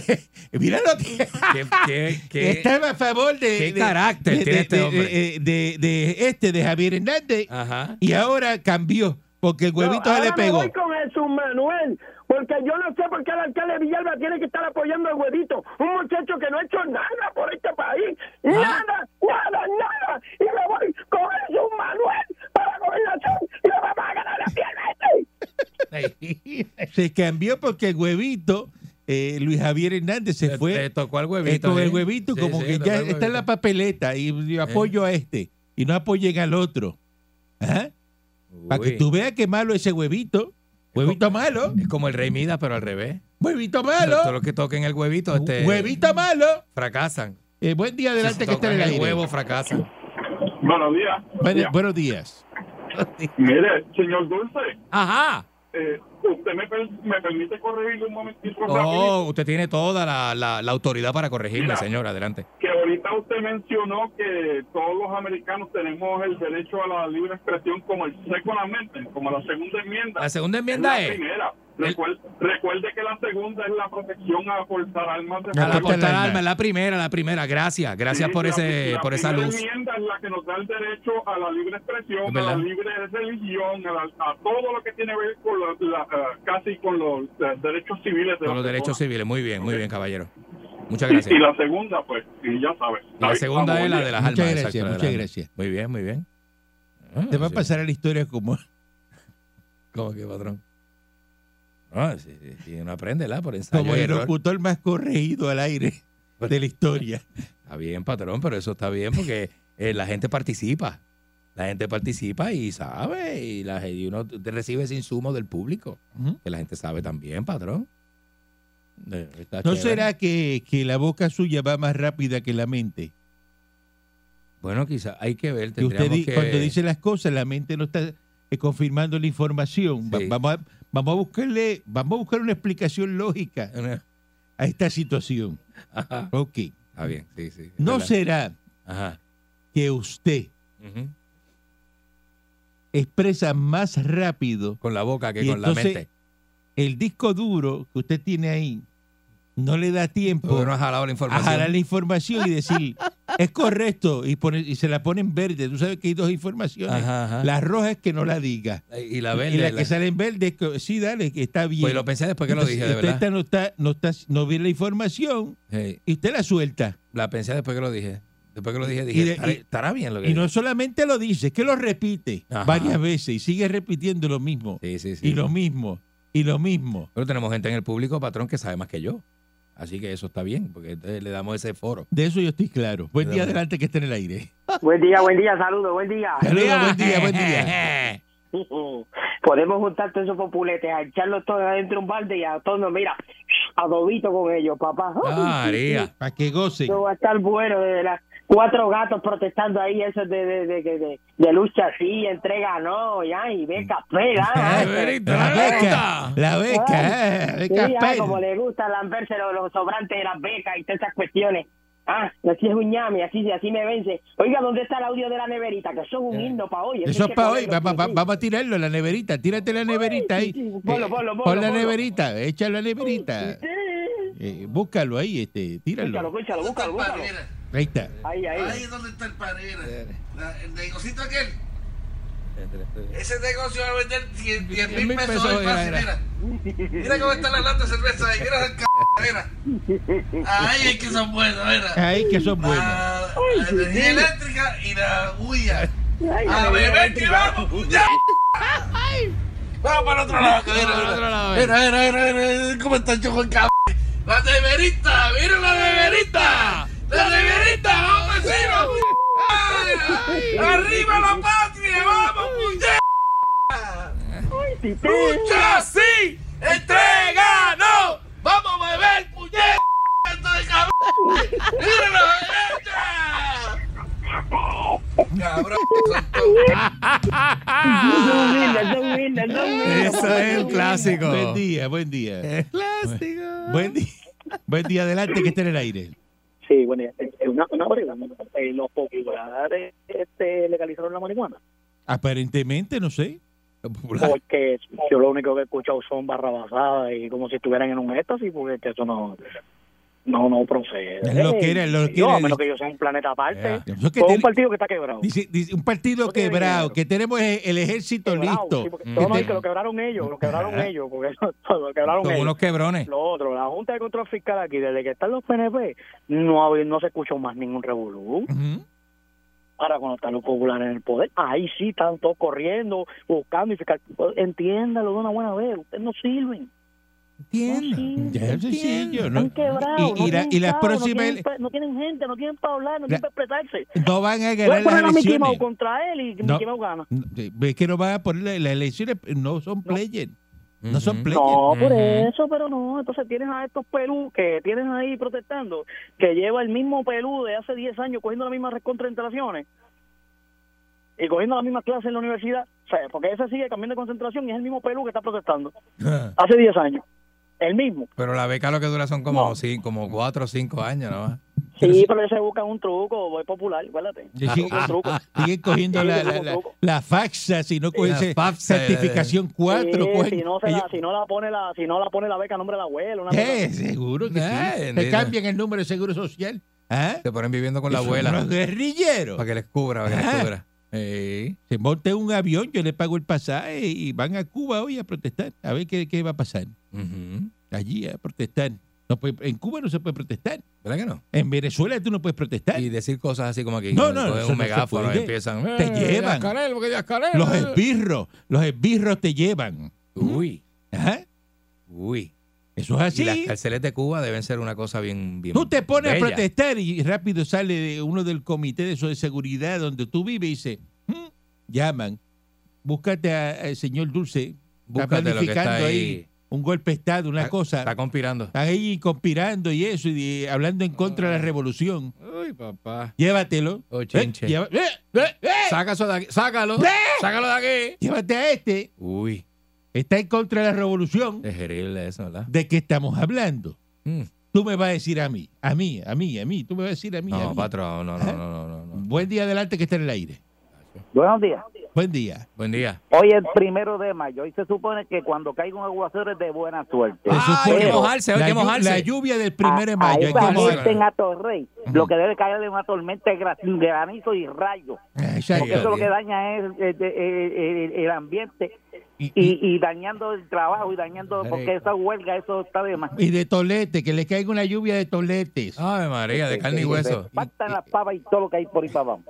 Speaker 3: mira lo que
Speaker 4: ¿Qué, qué, (laughs) qué-
Speaker 3: estaba a favor de
Speaker 4: qué
Speaker 3: de-
Speaker 4: carácter
Speaker 3: de, eh,
Speaker 4: tiene este
Speaker 3: de-
Speaker 4: hombre? Ah.
Speaker 3: de- de- de este de Javier Hernández
Speaker 4: Ajá.
Speaker 3: y ahora cambió. Porque el huevito
Speaker 9: No,
Speaker 3: se le
Speaker 9: ahora me
Speaker 3: pegó.
Speaker 9: voy con Jesús Manuel, porque yo no sé por qué el alcalde de Villalba tiene que estar apoyando al huevito, un muchacho que no ha hecho nada por este país,
Speaker 3: Ah.
Speaker 9: nada, nada, nada, y me voy con Jesús Manuel para la gobernación y le vamos a ganar la pierna a este.
Speaker 3: Se cambió porque el huevito, eh, Luis Javier Hernández, se fue
Speaker 4: Le tocó al
Speaker 3: eh,
Speaker 4: este huevito.
Speaker 3: con el
Speaker 4: ¿sí?
Speaker 3: huevito,
Speaker 4: Sí,
Speaker 3: como
Speaker 4: sí,
Speaker 3: que
Speaker 4: tocó
Speaker 3: ya
Speaker 4: al
Speaker 3: está en la
Speaker 4: huevito. Eh.
Speaker 3: papeleta y yo apoyo a este y no apoyen al otro. Ajá. Para que
Speaker 4: Uy.
Speaker 3: tú veas qué malo ese huevito. Huevito malo.
Speaker 4: Es como el rey Midas, pero al revés.
Speaker 3: Huevito
Speaker 4: Todos
Speaker 3: malo.
Speaker 4: los que toquen el huevito este,
Speaker 3: Huevito malo.
Speaker 4: fracasan.
Speaker 3: Eh, buen día, adelante
Speaker 4: Si
Speaker 3: que está en el
Speaker 4: tocan
Speaker 3: aire.
Speaker 4: huevo fracasan.
Speaker 8: Buenos días.
Speaker 3: Bueno, buenos días.
Speaker 8: Mire, señor Dulce,
Speaker 4: Ajá.
Speaker 8: eh, usted me, per- me permite corregirle un momentito rápido.
Speaker 4: Oh, usted tiene toda la, la- la autoridad para corregirme,
Speaker 8: Mira.
Speaker 4: señor. Adelante.
Speaker 8: Que ahorita usted mencionó que todos los americanos tenemos el derecho a la libre expresión como el second amendment, como la segunda enmienda.
Speaker 4: La segunda enmienda
Speaker 8: la
Speaker 4: es
Speaker 8: primera.
Speaker 4: El-
Speaker 8: Recuer- recuerde que la segunda es la protección a portar armas de
Speaker 3: A la
Speaker 4: a la
Speaker 8: fuego.
Speaker 3: portar
Speaker 4: portada
Speaker 3: alma.
Speaker 4: alma, es la primera, la primera. Gracias, gracias
Speaker 8: Sí,
Speaker 4: por
Speaker 8: la-
Speaker 4: ese,
Speaker 8: la
Speaker 4: por esa
Speaker 8: primera
Speaker 4: luz.
Speaker 8: enmienda es la que nos da el derecho a la libre
Speaker 4: Es
Speaker 8: expresión, a
Speaker 4: verdad.
Speaker 8: la libre religión, a, la- a todo lo que tiene que ver con la- la- ah, casi con los eh, derechos civiles. de
Speaker 4: Con
Speaker 8: las
Speaker 4: los derechos
Speaker 8: personas.
Speaker 4: civiles. Muy bien, muy bien, caballero. Muchas
Speaker 8: Y, y
Speaker 4: gracias.
Speaker 8: la segunda, pues, y ya sabes.
Speaker 4: Y la segunda es la de las almas.
Speaker 3: Muchas gracias,
Speaker 4: exacto, la de las
Speaker 3: muchas
Speaker 4: almas.
Speaker 3: gracias.
Speaker 4: Muy bien, muy bien. Ah,
Speaker 3: Te va a
Speaker 4: sí.
Speaker 3: pasar a la historia como
Speaker 4: ¿Cómo que, patrón? No, si, si uno aprende, ¿la? Por ensayo
Speaker 3: Como
Speaker 4: y
Speaker 3: el
Speaker 4: error.
Speaker 3: locutor más corregido al aire de la historia.
Speaker 4: Está bien, patrón, pero eso está bien porque eh, la gente participa. La gente participa y sabe, y, la, y uno te- recibe ese insumo del público,
Speaker 3: Ujú.
Speaker 4: que la gente sabe también, patrón. Eh, está
Speaker 3: ¿No
Speaker 4: chévere.
Speaker 3: será que, que la boca suya va más rápida que la mente?
Speaker 4: Bueno, quizás hay que ver,
Speaker 3: Que usted
Speaker 4: tendríamos
Speaker 3: di-
Speaker 4: que...
Speaker 3: cuando dice las cosas, la mente no está eh, confirmando la información. Va-
Speaker 4: Sí.
Speaker 3: vamos, a, vamos a buscarle, vamos a buscar una explicación lógica a esta situación.
Speaker 4: (laughs) Ajá.
Speaker 3: Ok.
Speaker 4: Está bien, sí, sí. es
Speaker 3: ¿No
Speaker 4: verdad.
Speaker 3: será
Speaker 4: Ajá.
Speaker 3: que usted
Speaker 4: Ujú.
Speaker 3: expresa más rápido
Speaker 4: Con la boca que
Speaker 3: Y
Speaker 4: con
Speaker 3: entonces,
Speaker 4: la mente.
Speaker 3: el disco duro que usted tiene ahí? No le da tiempo.
Speaker 4: Porque no has jalado la
Speaker 3: a
Speaker 4: información.
Speaker 3: jalar la información y
Speaker 4: (laughs)
Speaker 3: decir, es correcto, y, poner- y se la ponen verde. Tú sabes que hay dos informaciones.
Speaker 4: Ajá, ajá.
Speaker 3: La roja es que no la diga.
Speaker 4: Y la verde.
Speaker 3: y la,
Speaker 4: la-
Speaker 3: que sale en verde es que sí, dale, que está bien.
Speaker 4: Pues lo pensé después que lo
Speaker 3: Entonces,
Speaker 4: dije, de
Speaker 3: usted
Speaker 4: verdad.
Speaker 3: está- no, está, no, está, no ve la información
Speaker 4: Sí,
Speaker 3: y usted la suelta.
Speaker 4: La pensé después que lo dije. Después que lo dije,
Speaker 3: Y
Speaker 4: dije,
Speaker 3: de-
Speaker 4: estaré-
Speaker 3: y-
Speaker 4: estará bien lo que
Speaker 3: Y no
Speaker 4: dije.
Speaker 3: solamente lo dice, es que lo repite
Speaker 4: Ajá.
Speaker 3: varias veces y sigue repitiendo lo mismo.
Speaker 4: Sí, sí, sí.
Speaker 3: Y lo mismo, y lo mismo.
Speaker 4: Pero tenemos gente en el público, patrón, que sabe más que yo. Así que eso está bien, porque entonces le damos ese foro.
Speaker 3: De eso yo estoy claro. Buen
Speaker 4: De
Speaker 3: día,
Speaker 4: verdad.
Speaker 3: adelante que esté en el aire.
Speaker 9: Buen día, buen día, saludos, buen día. (laughs)
Speaker 3: Saludos, buen día, buen
Speaker 4: (laughs)
Speaker 3: día.
Speaker 9: Podemos juntar todos esos populetes, a echarlos todos adentro de un balde y a todos, nos- mira, adobito con ellos, papá. (laughs)
Speaker 4: Ah, María.
Speaker 3: Para que gocen.
Speaker 9: Eso va a estar bueno, de las cuatro gatos protestando ahí, eso de, de, de, de, de- de lucha sí, entrega no, ya, y ve
Speaker 4: (laughs)
Speaker 9: café, ya,
Speaker 4: Ay,
Speaker 9: ya.
Speaker 4: Berito,
Speaker 3: La
Speaker 4: no me gusta.
Speaker 3: beca, la beca, eh,
Speaker 9: Sí,
Speaker 3: beca
Speaker 9: ya,
Speaker 3: Pell.
Speaker 9: como le gusta lamberse los, los sobrantes de las becas y todas esas cuestiones. Ah, así es un ñame, así, así me vence. Oiga, ¿dónde está el audio de la neverita? Que eso es un himno para hoy.
Speaker 3: Eso
Speaker 9: hay
Speaker 3: es
Speaker 9: que
Speaker 3: para hoy.
Speaker 9: ponerlo
Speaker 3: Va- va- va-
Speaker 9: sí.
Speaker 3: vamos a tirarlo en la neverita. Tírate la neverita ahí.
Speaker 9: sí, sí. Ponlo,
Speaker 3: Eh,
Speaker 9: ponlo, ponlo,
Speaker 3: pon la
Speaker 9: ponlo.
Speaker 3: neverita. Echa la neverita. Eh, búscalo ahí, este,
Speaker 9: Escúchalo,
Speaker 3: tíralo.
Speaker 9: escúchalo, búscalo, búscalo.
Speaker 3: Ahí está.
Speaker 9: Ahí, ahí.
Speaker 11: ¿Dónde está el panera? La- el negocito aquel. Ese negocio va a vender 10 mil
Speaker 4: mil
Speaker 11: pesos
Speaker 4: pesos
Speaker 11: hoy
Speaker 4: era,
Speaker 11: fácil,
Speaker 4: era.
Speaker 11: mira. Mira cómo están las latas de cerveza ahí, mira esa c******, mira. Ay, es que son buenas, mira.
Speaker 3: Ahí que son buenas.
Speaker 11: La, la energía eléctrica y la bulla. A beber que vamos, ya. Vamos para el otro lado, que mira, mira. Mira, mira, mira, mira, mira, cómo está el choco el cabrón. La neverita, mira la neverita. La neverita, vamos encima, puñeta. Arriba la patria, vamos, puñeta. Lucha, sí, entrega, no. Vamos a beber, puñeta. de cabrón. Mira la neverita. Cabrón, son todos.
Speaker 9: Son humildes, son humildes, son humildes.
Speaker 4: Eso es un clásico. Eh,
Speaker 3: Buen día, buen día.
Speaker 4: Clásico.
Speaker 3: Buen día. Buen día, adelante que esté en el aire.
Speaker 12: Sí, bueno, eh, eh, una, una pregunta. Eh, los populares este, legalizaron la marihuana.
Speaker 3: Aparentemente, no sé.
Speaker 12: Porque yo lo único que he escuchado son barrabasadas y como si estuvieran en un éxtasis, porque que eso no. No, no procede.
Speaker 3: Es lo que era, lo
Speaker 12: Eh,
Speaker 3: que
Speaker 12: no,
Speaker 3: era.
Speaker 12: a menos que yo sea un planeta aparte.
Speaker 3: Ya. Eso que
Speaker 12: o
Speaker 3: tiene-
Speaker 12: un partido que está quebrado.
Speaker 3: Dice, dice, un partido quebrado, que tenemos el, el ejército
Speaker 12: Quebrado,
Speaker 3: listo.
Speaker 12: sí, porque-
Speaker 3: Que
Speaker 12: no, no,
Speaker 3: te-
Speaker 12: y que lo quebraron ellos, lo quebraron
Speaker 3: Ajá.
Speaker 12: ellos, porque (laughs) lo quebraron
Speaker 4: Son
Speaker 12: ellos.
Speaker 4: unos quebrones.
Speaker 12: Lo otro, la Junta de Control Fiscal aquí, desde que están los PNP, no, ha- no se escuchó más ningún revolú. Ahora, cuando están los populares en el poder, ahí sí están todos corriendo, buscando y fiscal. Pues, Entiéndalo de una buena vez, ustedes no sirven.
Speaker 3: Entiendo. Ya, eso sí, yo no-
Speaker 12: Están quebrados.
Speaker 3: Y- y
Speaker 12: no
Speaker 3: la-
Speaker 12: tienen
Speaker 3: y las
Speaker 12: chavo,
Speaker 3: próximas
Speaker 12: No tienen, pa- no tienen gente, no tienen para hablar, no
Speaker 3: La-
Speaker 12: tienen para expresarse.
Speaker 3: No van a
Speaker 12: Voy
Speaker 3: ganar
Speaker 12: a poner a
Speaker 3: las
Speaker 12: Mickey Mouse
Speaker 3: elecciones.
Speaker 12: contra él y
Speaker 3: No. eh,
Speaker 12: Mickey Mouse gana.
Speaker 3: Es que no van a poner la- las elecciones, no son players. No son players.
Speaker 12: No, por eso, pero no. Entonces tienes a estos pelú que tienes ahí protestando, que lleva el mismo pelú de hace 10 años cogiendo las mismas concentraciones y cogiendo las mismas clases en la universidad. O sea, porque ese sigue cambiando de concentración y es el mismo pelú que está protestando. Hace 10 años. El mismo.
Speaker 4: Pero la beca lo que dura son como, sí, como cuatro o cinco años, ¿no?
Speaker 12: Sí, pero ellos se buscan un truco, voy popular, acuérdate.
Speaker 3: Y
Speaker 12: Se
Speaker 3: siguen-
Speaker 12: buscan un truco.
Speaker 3: (laughs) siguen cogiendo
Speaker 12: Sí,
Speaker 3: la,
Speaker 12: yo
Speaker 3: la,
Speaker 12: como
Speaker 3: la,
Speaker 12: truco.
Speaker 3: la faxa, si no cogen
Speaker 4: La
Speaker 3: ese-
Speaker 4: faxa, eh,
Speaker 3: certificación 4.
Speaker 12: Sí, si no, se la, si no la pone la si no la pone la beca a nombre del abuelo una
Speaker 3: ¿Qué? Seguro que
Speaker 4: Eh,
Speaker 3: sí. Te
Speaker 4: nena.
Speaker 3: cambian el número de seguro social. ¿Ah?
Speaker 4: Se ponen viviendo con la
Speaker 3: Son
Speaker 4: abuela.
Speaker 3: unos guerrilleros.
Speaker 4: Para que les cubra, para que les
Speaker 3: Ajá. (laughs)
Speaker 4: cubra. Eh,
Speaker 3: Se monta en un avión, yo le pago el pasaje y van a Cuba hoy a protestar. A ver qué, qué va a pasar.
Speaker 4: ujú.
Speaker 3: Allí a protestar. No puede- en Cuba no se puede protestar.
Speaker 4: ¿Verdad que no?
Speaker 3: En Venezuela tú no puedes protestar.
Speaker 4: Y decir cosas así como que
Speaker 3: Eh. No,
Speaker 4: cogen
Speaker 3: no, eso no se
Speaker 4: un megáfono y
Speaker 3: puede.
Speaker 4: empiezan.
Speaker 3: Te llevan.
Speaker 4: Díaz-Canel, porque Díaz-Canel,
Speaker 3: Los
Speaker 4: eh".
Speaker 3: esbirros, los esbirros te llevan.
Speaker 4: Uy,
Speaker 3: Ajá.
Speaker 4: uy.
Speaker 3: Eso es
Speaker 4: Y las
Speaker 3: así.
Speaker 4: cárceles de Cuba deben ser una cosa bien. bien
Speaker 3: Tú te pones
Speaker 4: bella.
Speaker 3: a protestar y rápido sale uno del comité de, eso de seguridad donde tú vives y dice, "Mm", llaman, búscate a- al señor Dulce, está
Speaker 4: Búscate lo que está
Speaker 3: planificando ahí.
Speaker 4: ahí.
Speaker 3: un golpe de Estado, una
Speaker 4: Está-
Speaker 3: cosa.
Speaker 4: Está conspirando.
Speaker 3: Están ahí conspirando y eso, y eh, hablando en contra
Speaker 4: Ah.
Speaker 3: de la revolución.
Speaker 4: Uy, papá.
Speaker 3: Llévatelo.
Speaker 4: Oh,
Speaker 3: Eh,
Speaker 4: chinche.
Speaker 3: lleva- eh, eh, eh,
Speaker 4: Saca eso de aquí. Sácalo. Sácalo de aquí.
Speaker 3: Llévate a este.
Speaker 4: Uy,
Speaker 3: Está en contra de la revolución.
Speaker 4: es terrible eso, ¿verdad?
Speaker 3: ¿De qué estamos hablando?
Speaker 4: Mm.
Speaker 3: Tú me vas a decir a mí, a mí, a mí, a mí. Tú me vas a decir a mí. a
Speaker 4: No,
Speaker 3: mí.
Speaker 4: patrón, no, no,
Speaker 3: Eh.
Speaker 4: no, no, no, no.
Speaker 3: Buen día adelante que está en el aire.
Speaker 13: Buenos días.
Speaker 3: Buen día.
Speaker 4: Buen día.
Speaker 13: Hoy es primero de mayo y se supone que cuando caiga un aguacero es de buena suerte.
Speaker 3: Se
Speaker 4: Ah, hay
Speaker 3: supone-
Speaker 4: que mojarse, hay
Speaker 3: la
Speaker 4: que
Speaker 3: llu-
Speaker 4: mojarse.
Speaker 3: La lluvia del primero de
Speaker 13: A-
Speaker 3: mayo.
Speaker 13: A
Speaker 3: hay
Speaker 13: esa
Speaker 3: que
Speaker 13: gente en
Speaker 3: mojarse.
Speaker 13: Atorrey, lo que debe caer es una tormenta de gra- granizo y rayos.
Speaker 3: Ah,
Speaker 13: Porque eso
Speaker 3: exacto.
Speaker 13: lo que daña es es de- eh, eh, el ambiente
Speaker 3: Y-
Speaker 13: y, y dañando el trabajo y dañando, porque
Speaker 4: Rico.
Speaker 13: esa huelga, eso está de más.
Speaker 3: Y de tolete, que le caiga una lluvia de toletes.
Speaker 4: Ave María, de carne y
Speaker 13: Se
Speaker 4: hueso.
Speaker 13: Partan las papas y todo lo que hay por ahí para abajo.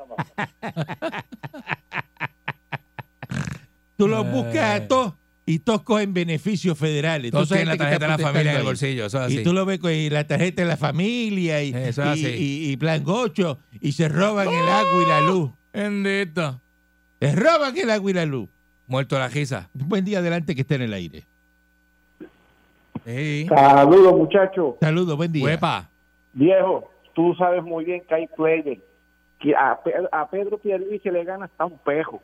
Speaker 3: Tú
Speaker 4: eh.
Speaker 3: los buscas a todos y todos cogen beneficios federales.
Speaker 4: Todos
Speaker 3: Tú sabes
Speaker 4: tienen
Speaker 3: gente
Speaker 4: la
Speaker 3: que está
Speaker 4: tarjeta de la familia en el
Speaker 3: protestando ahí.
Speaker 4: bolsillo, eso es
Speaker 3: Y
Speaker 4: así.
Speaker 3: tú lo ves con y la tarjeta de la familia y,
Speaker 4: Ah, Eso es
Speaker 3: y-
Speaker 4: así.
Speaker 3: y- y plan gocho y se roban el agua
Speaker 9: ¡Oh!
Speaker 3: y la luz.
Speaker 4: Bendito.
Speaker 3: Se roban el agua y la luz.
Speaker 4: Muerto la giza.
Speaker 3: Un buen día adelante que esté en el aire.
Speaker 4: Sí.
Speaker 9: Saludos, muchachos.
Speaker 3: Saludos, buen día.
Speaker 4: Huepa.
Speaker 9: Viejo, tú sabes muy bien que hay players. Que a, Pe- a Pedro Pierluisi le gana hasta un pejo.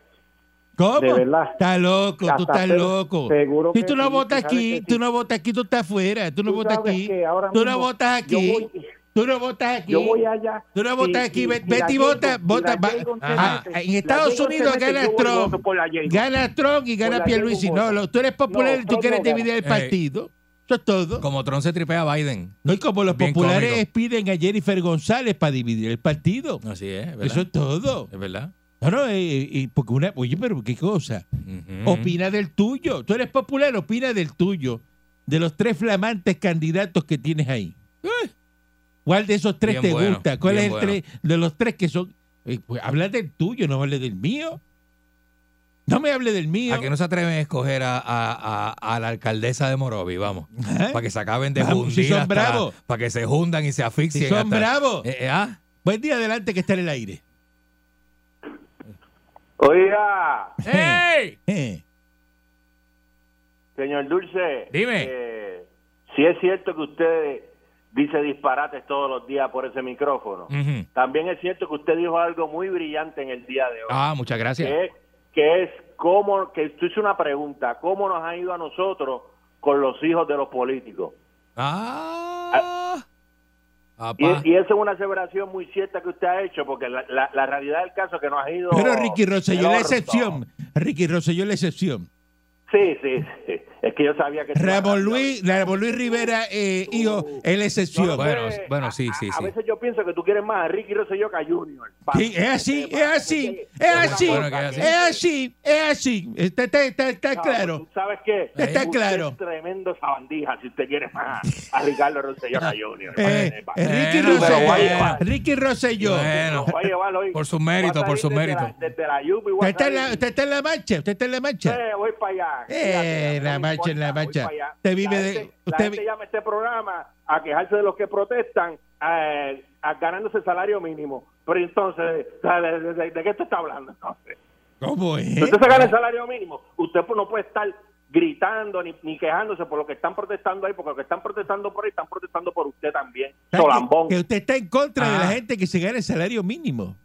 Speaker 3: ¿Cómo?
Speaker 9: De verdad.
Speaker 3: Estás loco, tú
Speaker 9: Hasta
Speaker 3: estás
Speaker 9: pero
Speaker 3: loco.
Speaker 9: seguro
Speaker 3: Si
Speaker 9: que
Speaker 3: tú no
Speaker 9: sí,
Speaker 3: votas
Speaker 9: tú sabes
Speaker 3: aquí,
Speaker 9: que
Speaker 3: tú
Speaker 9: sí.
Speaker 3: no votas aquí, tú estás afuera. Tú no
Speaker 9: Tú
Speaker 3: votas
Speaker 9: sabes
Speaker 3: aquí.
Speaker 9: que ahora
Speaker 3: Tú no
Speaker 9: mismo
Speaker 3: votas
Speaker 9: yo
Speaker 3: aquí.
Speaker 9: voy-
Speaker 3: Tú no votas aquí.
Speaker 9: Yo voy allá.
Speaker 3: Tú no
Speaker 9: Si-
Speaker 3: votas
Speaker 9: si-
Speaker 3: aquí,
Speaker 9: si
Speaker 3: ve-
Speaker 9: la
Speaker 3: vete y
Speaker 9: Jacob-
Speaker 3: vota.
Speaker 9: si
Speaker 3: vota
Speaker 9: la
Speaker 3: va-
Speaker 9: Jacob se
Speaker 3: Ah,
Speaker 9: mete,
Speaker 3: en
Speaker 9: la
Speaker 3: Estados
Speaker 9: Jacob se
Speaker 3: Unidos
Speaker 9: mete,
Speaker 3: gana
Speaker 9: yo voy y
Speaker 3: Trump.
Speaker 9: voto por la Jacob.
Speaker 3: Gana Trump y
Speaker 9: Por
Speaker 3: gana
Speaker 9: la
Speaker 3: Pierluisi.
Speaker 9: Jacob
Speaker 3: No,
Speaker 9: voto.
Speaker 3: lo- tú eres popular y
Speaker 9: No,
Speaker 3: tú
Speaker 9: Trump
Speaker 3: quieres
Speaker 9: no gana.
Speaker 3: dividir el
Speaker 4: Ey.
Speaker 3: partido. Eso es todo.
Speaker 4: Como Trump se tripea a Biden.
Speaker 3: No, y como los
Speaker 4: Bien
Speaker 3: populares
Speaker 4: cómico.
Speaker 3: piden a Jennifer González para dividir el partido.
Speaker 4: Así es, ¿verdad?
Speaker 3: Eso es todo.
Speaker 4: Es verdad.
Speaker 3: No, no, eh, eh, porque una, oye, pero qué cosa.
Speaker 4: Ujú.
Speaker 3: Opina del tuyo. Tú eres popular, opina del tuyo. De los tres flamantes candidatos que tienes ahí. ¿Cuál de esos tres
Speaker 4: Eh. Bien
Speaker 3: te
Speaker 4: bueno,
Speaker 3: gusta? ¿Cuál
Speaker 4: bien
Speaker 3: es el
Speaker 4: bueno.
Speaker 3: tres- de los tres que son? Eh, pues, habla del tuyo, no hable del mío. No me hable del mío.
Speaker 4: ¿A que no se atreven a escoger a, a- a- a la alcaldesa de Morovi? Vamos.
Speaker 3: Ajá.
Speaker 4: Para que se acaben de
Speaker 3: ¿Eh? Vamos,
Speaker 4: hundir.
Speaker 3: si son
Speaker 4: hasta
Speaker 3: bravos.
Speaker 4: Para que se hundan y se asfixien.
Speaker 3: Si son
Speaker 4: hasta-
Speaker 3: bravos.
Speaker 4: Eh, eh, ah,
Speaker 3: Buen día adelante que está en el aire.
Speaker 9: Oiga,
Speaker 4: ¡Ey!
Speaker 3: Eh,
Speaker 9: señor Dulce.
Speaker 4: Dime.
Speaker 9: eh, si es cierto que usted dice disparates todos los días por ese micrófono,
Speaker 4: Ujú.
Speaker 9: también es cierto que usted dijo algo muy brillante en el día de hoy.
Speaker 4: Ah, muchas gracias.
Speaker 9: que, que es cómo, que tú hice una pregunta, ¿cómo nos ha ido a nosotros con los hijos de los políticos?
Speaker 4: Ah.
Speaker 9: Y,
Speaker 4: Papá.
Speaker 9: y eso es una aseveración muy cierta que usted ha hecho, porque la, la- la realidad del caso es que nos ha ido...
Speaker 3: Pero Ricky Rosselló
Speaker 9: del
Speaker 3: la
Speaker 9: orto.
Speaker 3: excepción. Ricky Rosselló la excepción.
Speaker 9: Sí, sí, sí.
Speaker 14: Es que yo sabía que...
Speaker 3: Ramón Luis, Ramón Luis Rivera, eh, hijo, es la excepción.
Speaker 4: Bueno, bueno, sí, sí,
Speaker 14: Pues, A
Speaker 4: sí.
Speaker 14: veces yo pienso que tú quieres más a Ricky Rosselló que a Junior.
Speaker 3: Sí, es así, es así, es así,
Speaker 14: Bueno, que
Speaker 3: es así, es así. Está, está- está- está
Speaker 14: No, pues,
Speaker 3: claro.
Speaker 14: tú ¿Sabes qué?
Speaker 3: Está
Speaker 14: Usted
Speaker 3: claro.
Speaker 14: Es tremendo sabandija si usted quiere más a Ricardo Rosselló que a Junior.
Speaker 3: (laughs) Eh, eh, Ricky
Speaker 14: Bueno, pero voy a
Speaker 3: Rosselló,
Speaker 14: llevar.
Speaker 3: Ricky Rosselló.
Speaker 4: Bueno, por su mérito, por su mérito.
Speaker 14: Desde la Yupi, voy a
Speaker 3: Usted está en
Speaker 14: salir.
Speaker 3: la, usted está en la marcha, usted está en la marcha.
Speaker 14: Eh, voy para allá.
Speaker 3: Eh, la marcha, la marcha. Usted vive de-
Speaker 14: La
Speaker 3: usted
Speaker 14: gente
Speaker 3: vi-
Speaker 14: llama a este programa a quejarse de los que protestan eh, a ganándose el salario mínimo. Pero entonces, ¿de, de- de- de qué usted está hablando
Speaker 3: ¿Eh?
Speaker 14: entonces?
Speaker 3: ¿Cómo es?
Speaker 14: Si usted se gana el salario mínimo, usted pues, no puede estar gritando ni, ni quejándose por lo que están protestando ahí, porque lo que están protestando por ahí están protestando por usted también. Solambón.
Speaker 3: Que usted está en contra de la gente que se gana el salario mínimo.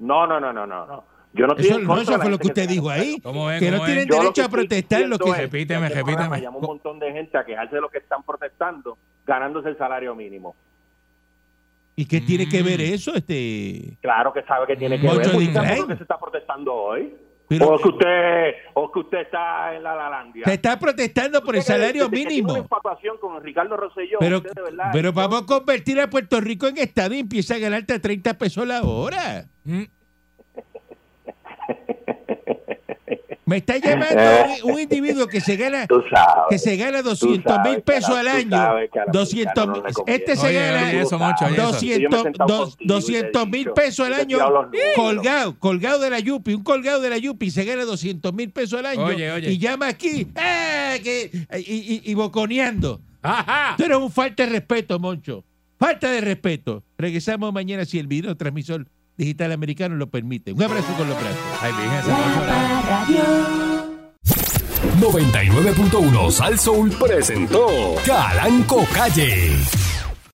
Speaker 14: No, no, no, no, no. no. Yo no estoy
Speaker 3: Eso,
Speaker 14: en
Speaker 3: no,
Speaker 14: contra de
Speaker 3: eso
Speaker 14: la
Speaker 3: fue lo
Speaker 14: gente
Speaker 3: que usted dijo ahí.
Speaker 4: ¿Cómo es?
Speaker 3: Que no
Speaker 4: ¿Cómo es?
Speaker 3: tienen
Speaker 14: Yo lo
Speaker 3: derecho
Speaker 14: que
Speaker 3: a
Speaker 14: estoy
Speaker 3: protestar lo
Speaker 14: diciendo
Speaker 3: que...
Speaker 14: es
Speaker 4: Repíteme,
Speaker 14: este
Speaker 4: repíteme.
Speaker 14: programa llama un montón de gente a quejarse de lo que están protestando, ganándose el salario mínimo.
Speaker 3: ¿Y qué tiene que ver
Speaker 4: Mm.
Speaker 3: eso? Este...
Speaker 14: Claro que sabe que tiene que
Speaker 3: Mucho
Speaker 14: ver porque
Speaker 3: dinero.
Speaker 14: sabe por lo que se está protestando hoy.
Speaker 3: Pero-
Speaker 14: o que usted, o que usted está en la Lalandia.
Speaker 3: Se está protestando por el salario mínimo.
Speaker 14: Situación con Ricardo Rosselló,
Speaker 3: Pero,
Speaker 14: usted de verdad.
Speaker 3: pero vamos a convertir a Puerto Rico en estado y empieza a ganarte a 30 pesos la hora.
Speaker 4: Mm.
Speaker 3: Me está llamando un, un individuo que se gana
Speaker 14: Eh. Tú sabes.
Speaker 3: que se gana 200 mil pesos al año. 200 mil. Este se
Speaker 4: Oye,
Speaker 3: gana
Speaker 4: oye, eso, Moncho, oye, eso.
Speaker 3: 200 dos- 200 mil pesos al
Speaker 4: yo te he dado
Speaker 3: año
Speaker 4: los números.
Speaker 3: colgado, colgado de la Yupi, un colgado de la Yupi se gana 200 mil pesos al año
Speaker 4: Oye, oye.
Speaker 3: y llama aquí ¡ah! que- y, y- y boconeando. Tú eres un falta de respeto, Moncho. Falta de respeto. Regresamos mañana si el video transmisor digital americano lo permite. Un abrazo con los brazos.
Speaker 2: Radio.
Speaker 1: 99.1 Sal Soul presentó Calanco Calle.